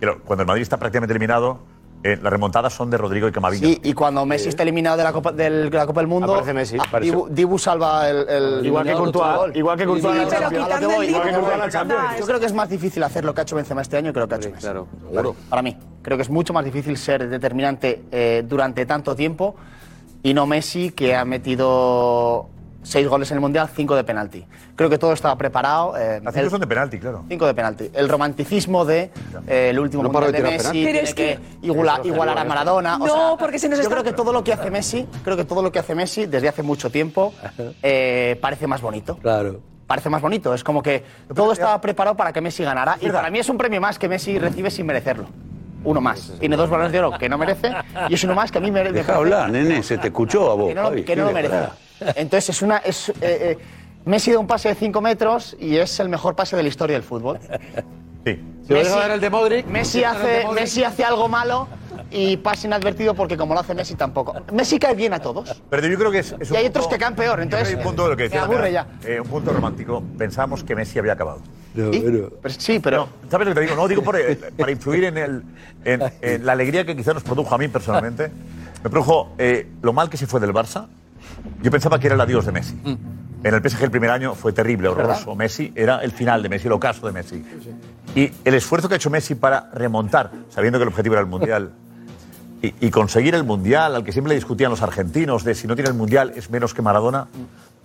Pero Cuando el Madrid está prácticamente eliminado, eh, las remontadas son de Rodrigo y Camavinga.
Sí, y cuando Messi está eliminado de la Copa del, de la Copa del Mundo,
Aparece Messi,
ah,
aparece.
Dibu, Dibu salva el, el-
Igual que
el
Courtois,
otro gol.
igual que Courtois en la Pero Champions. quitando
A lo que voy, el igual que Dibu, Courtois en la no, Champions. Yo creo que es más difícil hacer lo que ha hecho Benzema este año que lo que ha hecho Messi. Seguro. Para mí, creo que es mucho más difícil ser determinante eh, durante tanto tiempo y no Messi que ha metido seis goles en el mundial, cinco de penalti. Creo que todo estaba preparado. eh,
Las Ah, cinco
el-
son de penalti, claro.
Cinco de penalti. El romanticismo de eh, el último
No paro
mundial
de
de,
tirar
Messi,
penaltis.
tiene
Pero es
que,
que-
iguala-
Eso es
igualar a
terrible,
Maradona. o No, sea,
porque se nos
yo
está-
creo que todo lo que hace Messi, creo que todo lo que hace Messi desde hace mucho tiempo eh, parece más bonito. Claro. Parece más bonito. Es como que todo estaba preparado para que Messi ganara y para mí es un premio más que Messi recibe sin merecerlo. Uno más. Tiene dos balones de oro que no merece y es uno más que a mí me me
Deja
parece-
hablar, nene, se te escuchó a vos.
que no, lo-
Javi.
que no lo
Mira,
merece. Entonces es una. Es, eh, eh, Messi da un pase de 5 metros y es el mejor pase de la historia del fútbol.
Sí.
Si
lo deja dar el de Modric, si
Messi
lo deja dar el
hace,
de Modric.
Messi hace algo malo y pasa inadvertido porque como lo hace Messi tampoco. Messi cae bien a todos.
Pero yo creo que es, es
Y hay otros que caen peor.
Yo creo que hay
Entonces
un punto de lo que
me
decía
aburre ya.
Damián, eh, un punto romántico. Pensamos que Messi había acabado.
¿Y? sí, pero.
¿Sabes lo que te digo? No digo por- eh, para influir en, el, en- en la alegría que quizás nos produjo a mí personalmente. Me produjo eh, lo mal que se fue del Barça. Yo pensaba que era el adiós de Messi.
Mm.
En el PSG el primer año fue terrible, horroroso. Messi era el final de Messi, el ocaso de Messi. Y el esfuerzo que ha hecho Messi para remontar, sabiendo que el objetivo era el Mundial, y, y conseguir el Mundial, al que siempre le discutían los argentinos, de si no tiene el Mundial es menos que Maradona,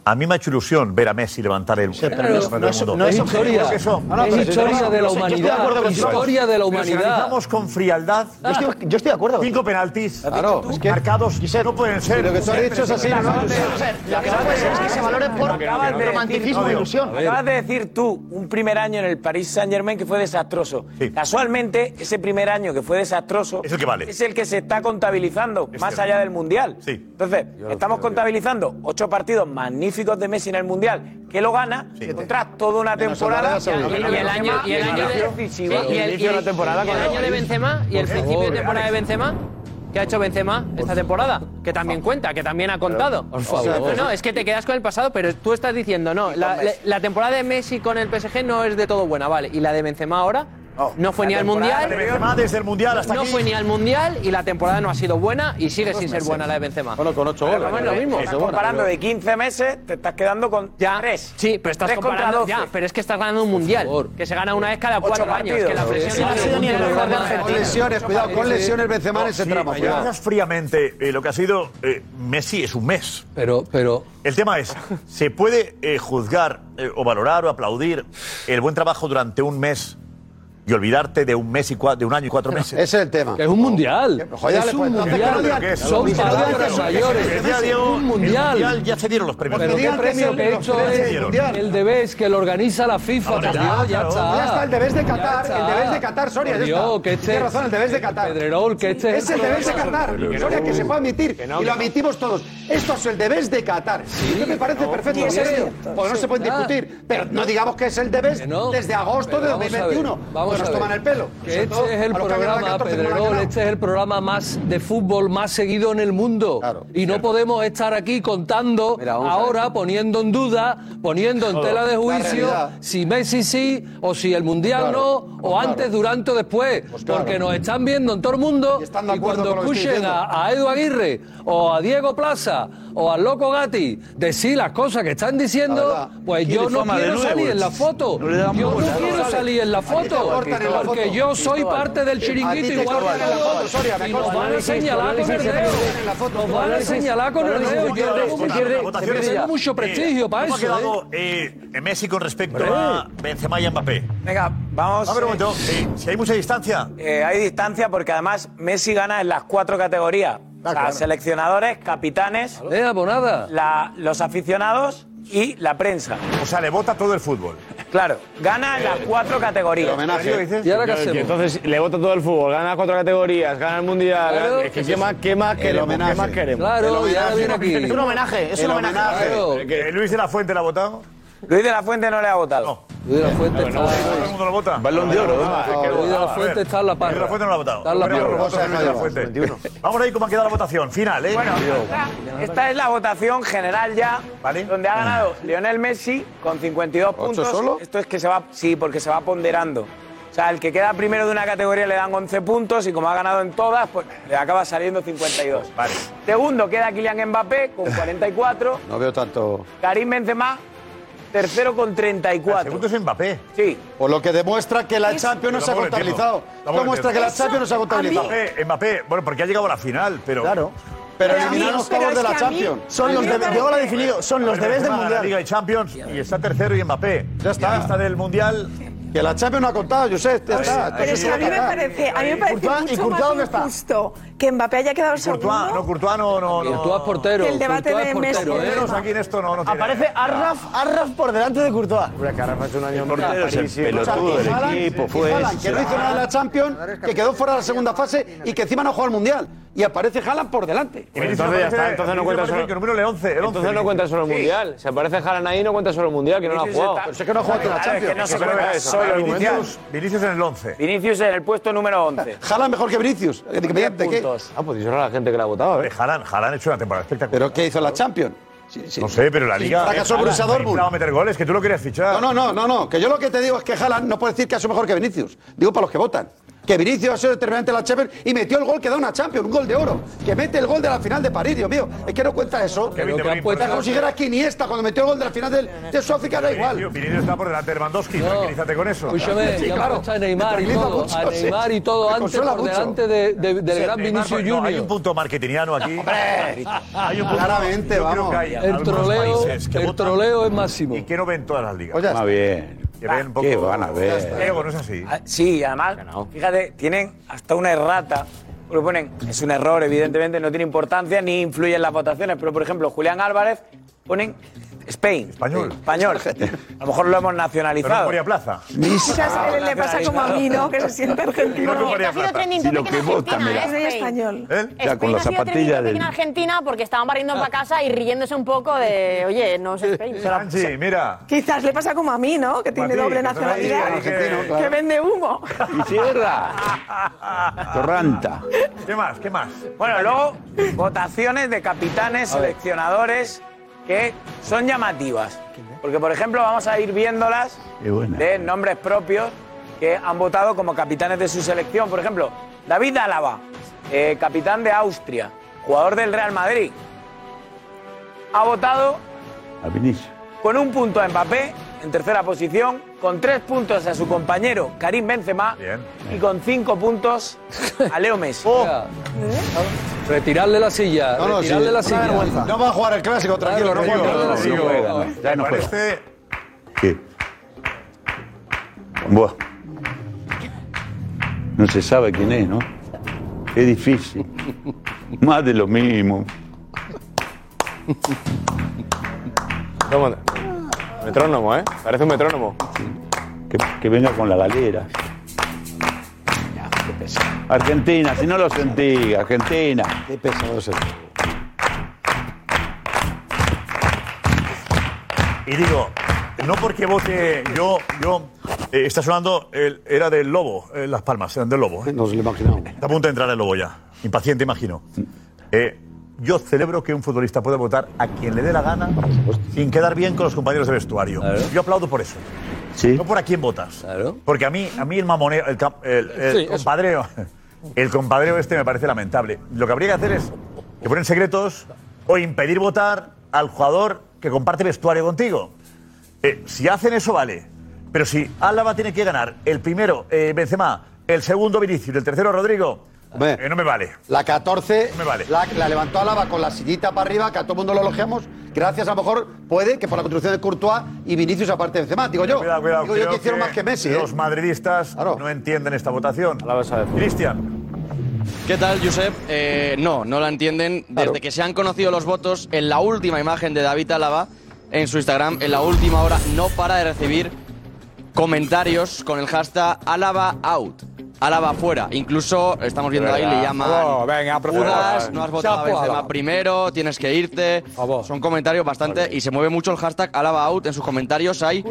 a mí me ha hecho ilusión ver a Messi levantar el, el-
pero no es-
el- el
no es-
mundo.
no es
Yo creo que
historia.
eso-
No, no, Es pero si historia tenemos- de la
yo estoy
humanidad,
acuerdo contigo.
historia de la
Pero si
humanidad.
analizamos con frialdad.
Yo estoy, yo estoy de acuerdo.
Cinco penaltis
Claro.
tú, marcados no pueden ser.
Lo que tú has dicho es así, ¿no?
Lo que no puede ser es que se valore por romanticismo e e ilusión. Acabas de decir tú un primer año en el Paris Saint Germain que fue desastroso. Casualmente, ese primer año que fue desastroso
es el que vale.
Es el que se está contabilizando más
cierto.
allá del Mundial. Entonces, estamos contabilizando ocho partidos magníficos de Messi en el Mundial que lo gana contra toda una
Menos
temporada
el Arabia Saudí.
y el año y el año de
Sí, y el- y el- y el año de Benzema y el principio de temporada de Benzema que ha hecho Benzema esta temporada, que también cuenta, que también ha contado.
Por favor.
No, no, es que te quedas con el pasado, pero tú estás diciendo, no, la,
Messi.
la- la temporada de Messi con el PSG no es de todo buena, vale, y la de Benzema ahora
No fue ni al Mundial.
desde el Mundial hasta
no
aquí.
fue ni al Mundial y la temporada no ha sido buena y sigue sin ser buena la de Benzema. Bueno,
con 8
goles.
¿eh?
es lo mismo.
Estás comparando de 15 meses, te estás quedando con ya, 3.
Sí, pero estás comparando ya, pero es que estás ganando un mundial que se gana una vez cada cuatro años, que la presión
No ha
del
sido ni el
mundial
mejor de
es más.
Argentina. Con lesiones, cuidado, con lesiones Benzema en ese tramo,
Si
cuidado.
analizas fríamente eh, lo que ha sido eh, Messi es un mes.
Pero, pero.
El tema es, ¿se puede eh, juzgar eh, o valorar o aplaudir el buen trabajo durante un mes y olvidarte de un mes y cua- de un año y cuatro meses?
Ese es el tema.
Es un mundial.
Joder,
es
dale,
un
pues, entonces,
mundial.
¿qué no digas que es?
Son
Dice, no digas
palabras
eso, que
mayores.
se decía, Diego,
un
el
mundial.
mundial ya se dieron los premios.
Pero
Pero
qué
digan que
premio
se-
que he
los
hecho
premios se
es
dieron.
el debés que lo organiza la FIFA.
Ahora
por
ya,
Dios, ya
claro.
está.
Ya
está el debes de Qatar,
Ya está.
el debes de Qatar, Soria,
Por
ya está.
Dios, que este
Tienes razón, el debes de Qatar.
Pedrerol, que este
Es el debes de Qatar, Soria, que se puede admitir,
no,
y lo
que no.
admitimos todos. Esto es el debes de Qatar. Yo me parece perfecto,
Sí, es
bien,
cierto.
porque no se puede
Sí.
discutir, pero no digamos que es el debes desde agosto
Pero
de
vamos a ver,
2021,
vamos
que
a
nos
ver.
toman el pelo.
Que
Sobre todo
este es el
a los que han ganado
programa,
14 con la
Pedrerol,
que no.
este es el programa más de fútbol más seguido en el mundo. y no podemos estar aquí contando ahora, poniendo en duda, poniendo en
Todo.
tela de
La
juicio
realidad.
si Messi sí o si el Mundial
Claro, Pues
no, o antes, durante o después. Porque nos están viendo en todo el mundo y,
acuerdo
cuando
con lo que estoy
escuchen
diciendo.
a, a Edu Aguirre o a Diego Plaza o al Loco Gatti decir las cosas que están diciendo, pues
Quiere
yo no
fama de pues.
quiero
nuevo.
salir en la foto.
le dan
yo
bola.
no quiero
Sale.
salir en la
A ti te
foto
cortan en la
porque
foto.
yo soy
Cristóbal.
parte del
A ti
chiringuito
te
igual
cortan
que
en la
todos.
foto, Soria, me
Y nos
cortan.
van a señalar con el
Análisis,
dedo.
análisis en la foto.
Nos van a
Análisis,
señalar con el
análisis,
dedo.
análisis,
Yo
análisis,
pierde-
votación.
se pierde mucho prestigio para
¿cómo ha
eso. ¿eh?
quedado eh, eh, Messi con respecto a Benzema y Mbappé?
Venga, vamos.
A ver, un momento. eh, si hay mucha distancia.
Eh, hay distancia porque además Messi gana en las cuatro categorías. Las
claro.
seleccionadores, capitanes, la- los aficionados y la prensa.
O sea, le vota todo el fútbol.
Claro, gana en las cuatro categorías.
Y entonces le vota todo el fútbol, gana cuatro categorías, gana el mundial.
Claro.
gana- es que ¿qué más, qué más queremos? ¿Qué más queremos?
Es un homenaje, es un homenaje.
Eh, ¿Luis de la Fuente la ha votado?
Luis de la Fuente no le ha votado.
Luis de la Fuente está.
¿Todo el mundo lo vota?
Balón de oro, ¿no?
Ah, es que
Luis de la
votaba.
Fuente está en la
Luis de la
parra.
Fuente no lo ha votado.
Está en la
Pero
parra.
los votos de Luis de la Fuente. Vamos a ir cómo ha quedado la votación. Final, ¿eh?
Bueno, esta es la votación general ya, donde ha ganado
Ah.
Lionel Messi con 52 puntos.
solo?
Esto es que se va, sí, porque se va ponderando. O sea, el que queda primero de una categoría le dan 11 puntos y como ha ganado en todas, pues le acaba saliendo 52.
Vale.
Segundo queda Kylian Mbappé con 44,
No veo tanto...
Karim Benzema tercero con 34. segundo
Ah, es Mbappé.
Sí.
Por lo que demuestra que la Champions no se ha
Tampoco lo entiendo.
contabilizado.
Tampoco lo
Demuestra que la
entiendo.
Champions no se ha contabilizado.
Mbappé, Mbappé, bueno, porque ha llegado a la final, pero.
Claro. Pero
a mí-
eliminar los
pero
pavos
es
de la
que a mí-
Champions.
a mí me parece-
son
A
los
ver,
debes del
Benzema gana
Mundial.
la Liga y Champions y está tercero y Mbappé. Ya
está.
Está del Mundial.
Que la Champions no ha contado, Josep. Ya
Pero
está.
Pero es que a mí me parece, a mí me parece
Courtois- ¿Y
mucho
Courtois dónde
más
está?
injusto que Mbappé haya quedado segundo.
No, Courtois no, no, no.
Courtois portero.
El debate
Courtois
de
portero,
Messi.
¿eh?
Porteros aquí en esto no, no tiene-
Arraf, Arraf por delante de Courtois.
Hombre, que Rafa hace un año
Portero,
en París,
sí, pelotudo
sí.
del
Haaland,
equipo,
sí,
pues.
fue
sí,
Haaland,
sí,
que no
sí.
hizo nada en la Champions, que quedó fuera de la segunda fase y que encima no jugó al Mundial. Y aparece Haaland por delante.
Pues entonces ya está, entonces no cuenta solo. Entonces no cuenta solo el
Sí.
mundial. Si aparece Haaland ahí, no cuenta solo el mundial, que no lo ha
Vinicius
jugado.
está- Pero es que no ha jugado toda la Claro, es que Champions. no se
Pero
cuenta
es
solo el
argumentos-
mundial.
Vinicius en el 11.
Vinicius en el puesto número 11.
Haaland mejor que Vinicius.
Ah, pues eso era la gente que la ha votado, ¿eh?
Haaland, Haaland ha hecho una temporada espectacular.
¿Pero qué hizo la Champions?
No sé, pero la
Sí,
Liga.
fracasó Borussia Dortmund.
No, meter goles, que tú lo querías fichar.
No, no, no, no, no. Que yo lo que te digo es que Haaland no puede decir que ha sido mejor que Vinicius. Digo para los que votan. Que Vinicius ha sido determinante en la Champions y metió el gol que da una Champions, un gol de oro. Que mete el gol de la final de París, Dios mío. Es que no cuenta eso.
Pero que han puesto-
Te consideras que Iniesta cuando metió el gol de la final del- de Sudáfrica da igual.
Vinicius está por delante de Lewandowski, tranquilízate con eso.
Escúchame,
Sí,
ya
claro.
Pues me gusta Neymar y
Tranquiliza
todo.
mucho,
a
sí.
Neymar y todo
Me
antes
consuela
por
mucho.
delante de- de- del
Sí, Neymar,
gran Vinicius
no, hay
Junior.
un punto marketingiano aquí.
¡Hombre!
Hay un punto
Ah, Claramente,
yo creo
vamos.
que hay
El
algunos
troleo-
países que
el
votan
troleo es máximo.
Y que no ven todas las ligas.
Oye,
Más bien.
Que ven un poco.
¿Qué van a
Ya
ver?
está. Ah. Diego, no es así.
pues, Ah, Sí, además, fíjate, tienen hasta una errata. Lo ponen, es un error, evidentemente, no tiene importancia ni influye en las votaciones, pero por ejemplo, Julián Álvarez ponen Spain. Español. Español. A lo mejor lo hemos
Pero no
nacionalizado.
Moría Plaza.
Quizás a él le pasa como a mí, ¿no? Que se siente argentino.
No, no, María Ha sido Plata. trending
Si lo que vota, mira.
¿eh?
¿Eh?
Soy español.
Ya con la zapatilla
en
del. Ah.
Argentina porque estaban barriendo para casa y riéndose un poco de, oye, no se
Angie, mira.
Quizás le pasa como a mí, ¿no? Que tiene
ti,
doble
que estás ahí,
nacionalidad.
argentino, claro.
Que vende humo.
Y cierra. Torranta.
¿Qué más? ¿Qué más?
Bueno, luego, votaciones de capitanes, seleccionadores, que son llamativas. Porque, por ejemplo, vamos a ir viéndolas
Qué buena.
de nombres propios. que han votado como capitanes de su selección. Por ejemplo, David Álava, eh, capitán de Austria, jugador del Real Madrid, ha votado
A Vinicius.
con un punto a Mbappé en tercera posición, con tres puntos a su compañero Karim Benzema y con cinco puntos a Leo Messi.
Retirarle la silla,
No, no,
retirarle
sí,
la
una
silla.
vergüenza. No va a jugar el Clásico,
tranquilo,
Claro,
no
retirarle
juega.
la
No,
silla.
no juega, pues,
Venga,
no.
ya
Me
no juega.
Este,
Buah. No se sabe quién es, ¿no? Es difícil. Más de lo mismo.
Toma. Metrónomo, ¿eh? Parece un metrónomo.
Que, que venga con la galera. Argentina, si no lo sentí, Argentina. Qué pesado
Y digo, no porque vote yo, yo. eh, está sonando, el, era del lobo, eh, Las Palmas, eran del lobo. No se lo imaginaba. Está a punto de entrar el lobo ya. Impaciente, imagino. Eh, yo celebro que un futbolista pueda votar a quien le dé la gana sin quedar bien con los compañeros de vestuario. Yo aplaudo por eso. No por a quién votas. Porque a mí, a mí el mamoneo, el, cam- el- el
Sí, eso.
compadreo, el compadreo este me parece lamentable. Lo que habría que hacer es que ponen secretos o impedir votar al jugador que comparte vestuario contigo. Eh, si hacen eso, vale. Pero si Álava tiene que ganar el primero, eh, Benzema, el segundo, Vinicius, el tercero, Rodrigo, eh, no me vale.
La 14
me vale.
la, la levantó Alaba con la sillita para arriba, que a todo el mundo lo elogiamos. Gracias a lo mejor puede que por la contribución de Courtois y Vinicius aparte de Benzema. Digo yo,
Cuidado, cuidado,
digo yo
creo
que hicieron más que Messi. ¿eh?
Los madridistas no entienden esta votación. Cristian,
¿Qué tal, Josep? Eh, no, no la entienden. Desde que se han conocido los votos, en la última imagen de David Álava, en su Instagram, en la última hora, no para de recibir comentarios con el hashtag Álava out. Álava fuera. Incluso, estamos viendo ahí, le
Verdad.
llaman
Oh, venga, por favor.
Judas, no has votado a
Chapo,
Benzema
Álava.
primero, tienes que irte. Son comentarios bastante... Y se mueve mucho el hashtag Álava out. En sus comentarios hay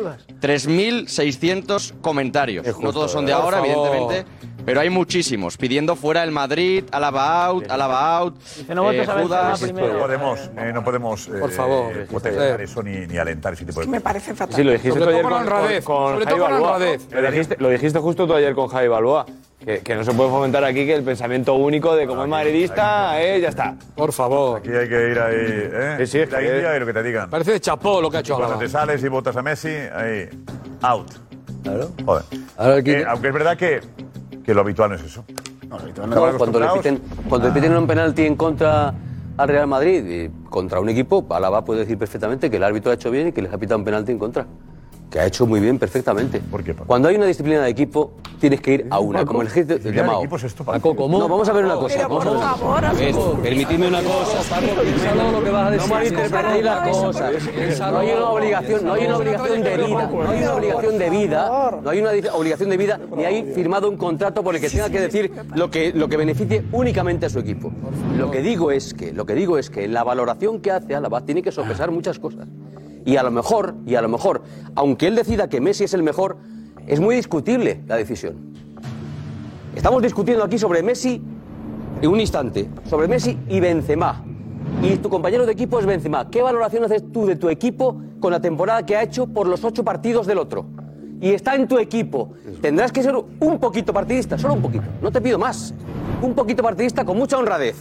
3.600 comentarios. no todos son de
¿verdad?
ahora,
eh. Por favor.
evidentemente. Pero hay muchísimos pidiendo fuera el Madrid, Alaba out, Alaba out.
no votes a
Eh, Judas.
Benzema primero. No podemos, eh, no podemos
Por favor.
Eh.
potenciar eso ni, ni alentar ese tipo de
Me parece fatal.
Sí, lo dijiste tú ayer con, con- con Javi Balboa.
Pero
Lo dijiste, lo dijiste justo tú ayer con Javi Balboa. Que, que no se puede fomentar aquí que el pensamiento único de como es madridista, eh, ya está.
Por favor.
Aquí hay que ir ahí, ¿eh?
Sí, sí, es
Ir a
que-
India y lo que te digan.
Parece de chapó lo que ha hecho
Cuando
Álava.
te sales y votas a Messi, ahí, out.
Claro.
Joder. Eh, aunque es verdad que, que lo habitual no es eso. No, lo habitual
No, cuando, le
acostumbrados.
piten, cuando le piten un penalti en contra al Real Madrid, eh, contra un equipo, Alaba puede decir perfectamente que el árbitro ha hecho bien y que les ha pitado un penalti en contra. Que ha hecho muy bien, perfectamente. Cuando hay una disciplina de equipo, tienes que ir a una, como el ejército
Disciplina de
llamado.
equipo es esto,
No, vamos a ver una cosa. Vamos a ver. A ver, Permitidme una cosa.
Piénsalo lo que vas a decir.
No malinterpretéis las cosas. No hay una obligación, no hay una obligación de vida. No hay una obligación de vida. No hay una di- obligación de vida ni hay firmado un contrato por el que tenga que decir lo que, lo que beneficie únicamente a su equipo. Lo que digo es que, lo que digo es que la valoración que hace Álava tiene que sopesar muchas cosas. Y a lo mejor, y a lo mejor, aunque él decida que Messi es el mejor, es muy discutible la decisión. Estamos discutiendo aquí sobre Messi en un instante, sobre Messi y Benzema. Y tu compañero de equipo es Benzema. ¿Qué valoración haces tú de tu equipo con la temporada que ha hecho por los ocho partidos del otro? Y está en tu equipo. Tendrás que ser un poquito partidista, solo un poquito. No te pido más. Un poquito partidista con mucha honradez.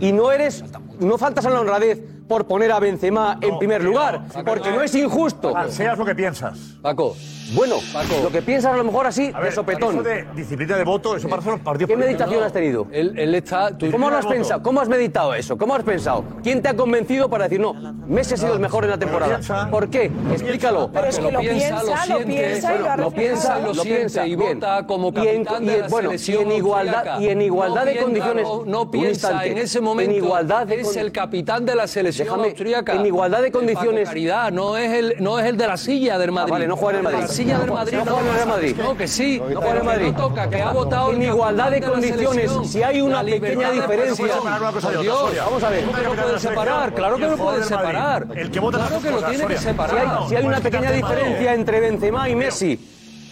Y no eres, no faltas a la honradez por poner a Benzema en primer lugar, porque no es injusto.
Seas lo que piensas.
Paco.
Bueno, lo que piensas a lo mejor así,
A ver,
de sopetón.
eso de disciplina de voto, eso para solo partidos
¿Qué
políticos.
meditación has tenido?
Él, está.
¿Cómo lo
de
has
voto.
pensado? ¿Cómo has meditado eso? ¿Cómo has pensado? ¿Quién te ha convencido para decir no? Messi ha sido el mejor en la temporada. ¿Por qué? Explícalo.
Pero es que lo piensa, lo siente,
Bueno,
lo piensa, lo siente y
bien.
vota como
Y en-
capitán
y
de
en-
la
bueno,
selección
y en igualdad
austriaca.
y en igualdad
No
de
piensa,
condiciones.
no-
un
No piensa
instante,
en ese momento.
En igualdad de
es
con-
el capitán de la selección
Déjame,
austriaca.
en igualdad de
El Paco
condiciones- Ah,
Caridad, no es el no es el de la silla del Madrid.
vale, no juega en el Madrid.
La silla del
No,
Madrid.
no juega en el Real Madrid.
No, que sí.
No juega en el
pero que
Madrid.
no toca, que ha votado el
en igualdad de
capitán la
condiciones.
selección.
Si hay una
La libertad
pequeña
de
diferencia.
expresión.
Vamos a hablar una cosa de otra,
Por Dios,
Soria. Vamos a ver.
¿Cómo que no pueden separar? Claro que
Y
no
el jugador
pueden
del Madrid.
separar.
El que vota
Claro
las
que lo
cosas,
tienen que
Soria. Si
separar.
hay, si hay una pequeña diferencia entre Benzema y Messi,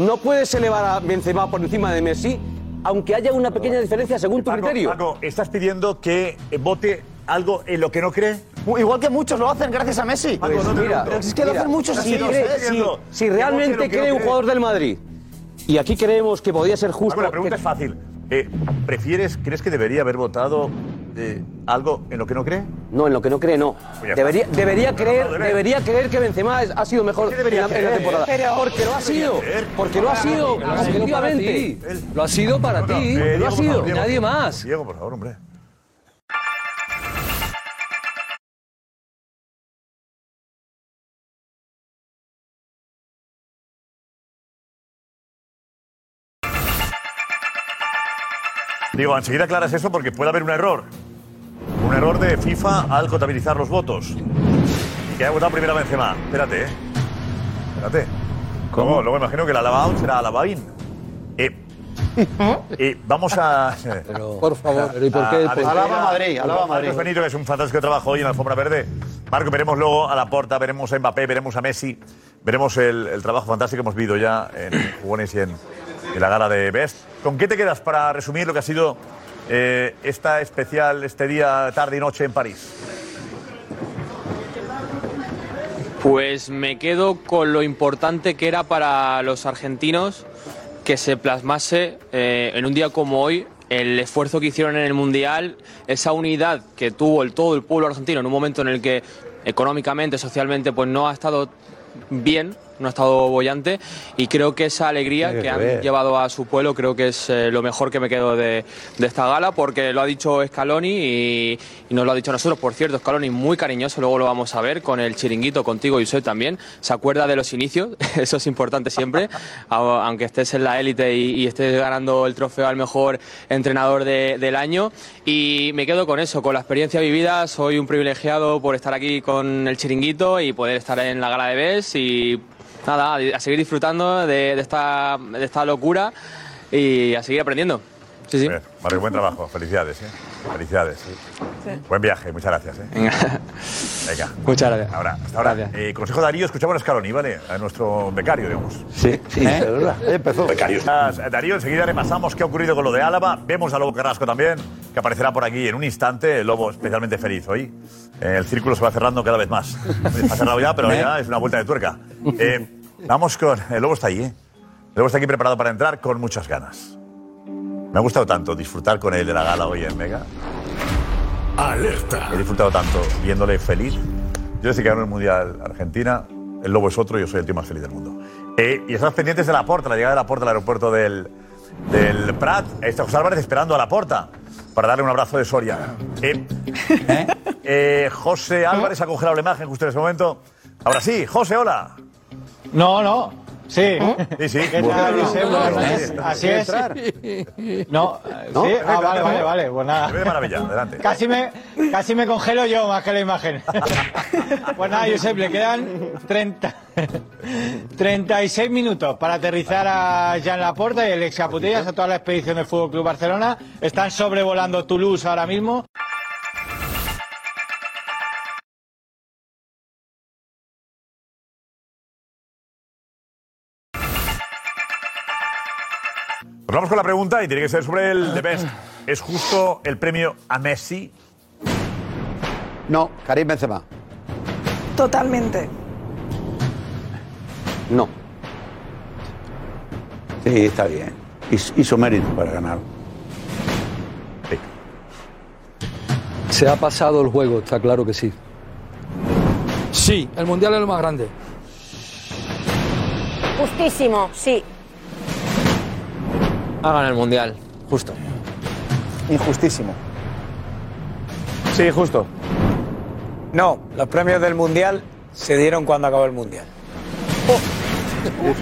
no puedes elevar a Benzema por encima de Messi, aunque haya una pequeña diferencia según tu
Paco,
criterio.
Paco, ¿estás pidiendo que vote algo en lo que no cree?
Igual que muchos lo hacen gracias a Messi.
Paco, no te
Mira,
pregunto.
pero es que lo
Mira,
hacen muchos
si, cree- si- si realmente cree un jugador del Madrid
Y aquí creemos que podía ser justo.
Paco, la pregunta es fácil. Eh, ¿Prefieres, crees que debería haber votado eh, algo en lo que no cree?
No, en lo que no cree, no.
Pues ya
Debería,
está.
debería,
No, no,
creer,
no, debería.
debería creer que Benzema es- ha sido mejor en la, en la
creer?
temporada.
Pero-
porque lo ha sido. Porque lo ha sido.
Lo ha sido para ti.
objetivamente.
Lo ha sido para
No,
ti.
eh,
Lo
Diego,
ha
por
sido.
favor, Diego.
Nadie más.
Diego, por favor, hombre. Digo, enseguida aclaras eso porque puede haber un error. Un error de FIFA al contabilizar los votos. Que ha votado primero Benzema. Espérate, eh. Espérate. Luego, luego imagino que la Lavaout será Alavain. Eh, eh, vamos a.
Por favor, pero ¿y por qué?
A- a
Pues-
despedir a-
Alaba Madrid,
a
alaba
Marcos
Madrid.
Benito, que es un fantástico trabajo hoy en la alfombra verde. Marco, veremos luego a Laporta, veremos a Mbappé, veremos a Messi, veremos el, el trabajo fantástico que hemos vivido ya en Jugones y en, en la gala de Best. ¿Con qué te quedas para resumir lo que ha sido eh, esta especial, este día, tarde y noche en París?
Pues me quedo con lo importante que era para los argentinos que se plasmase eh, en un día como hoy el esfuerzo que hicieron en el Mundial, esa unidad que tuvo el, todo el pueblo argentino en un momento en el que económicamente, socialmente, pues no ha estado bien, no ha estado bollante y creo que esa alegría
Tiene
que
que
han
ver.
llevado a su pueblo creo que es eh, lo mejor que me quedo de, de esta gala porque lo ha dicho Scaloni y, y nos lo ha dicho a nosotros. Por cierto, Scaloni muy cariñoso, luego lo vamos a ver con el chiringuito, contigo y usted también. Se acuerda de los inicios, eso es importante siempre, a- aunque estés en la élite y, y estés ganando el trofeo al mejor entrenador de- del año. Y me quedo con eso, con la experiencia vivida. Soy un privilegiado por estar aquí con el chiringuito y poder estar en la gala de BES y nada, a seguir disfrutando de, de esta, de esta locura y a seguir aprendiendo. Sí, sí.
Marco, buen trabajo, felicidades. ¿eh? Felicidades. Buen viaje, muchas gracias. ¿eh? Venga.
Muchas gracias.
Ahora, hasta ahora. Eh, consejo Darío, escuchamos a Scaloni, ¿vale? A nuestro becario, digamos.
Sí, sí,
¿Eh?
es verdad.
empezó. Darío, enseguida repasamos qué ha ocurrido con lo de Álava. Vemos a Lobo Carrasco también, que aparecerá por aquí en un instante. El Lobo especialmente feliz hoy. Eh, el círculo se va cerrando cada vez más. Ha cerrado ya, pero ya es una vuelta de tuerca. Eh, vamos con... El Lobo está ahí, ¿eh? El Lobo está aquí preparado para entrar con muchas ganas. Me ha gustado tanto disfrutar con él de la gala hoy en Mega. ¡Alerta! He disfrutado tanto viéndole feliz. Yo desde que ganó el Mundial Argentina, el Lobo es otro y yo soy el tío más feliz del mundo. Eh, y estás pendientes de la puerta, la llegada de la puerta al aeropuerto del, del Prat. Ahí Está José Álvarez esperando a la puerta para darle un abrazo de Soria. Eh, eh, José Álvarez ha congelado la imagen justo en ese momento. Ahora sí, José, hola.
No, no. Sí.
Sí, sí.
¿Qué tal, Josep? Buenas noches. Así es. No,
¿No?
sí. Ah, vale,
Perfecto.
vale, vale. Pues nada.
Te ve de maravilla, adelante.
Casi me, casi me congelo yo más que la imagen. Pues nada, Josep, le quedan 30, 36 minutos para aterrizar a Jean Laporta y el ex Caputellas a toda la expedición del Fútbol Club Barcelona. Están sobrevolando Toulouse ahora mismo.
Nos vamos con la pregunta y tiene que ser sobre el The Best. ¿Es justo el premio a Messi?
No, Karim Benzema.
Totalmente.
No. Sí, está bien. Hizo, hizo mérito para ganar.
Se ha pasado el juego, está claro que sí.
Sí, el mundial es lo más grande.
Justísimo, sí.
Ha ganado el Mundial, justo.
Injustísimo.
Sí, justo. No, los premios del Mundial se dieron cuando acabó el Mundial.
Uf,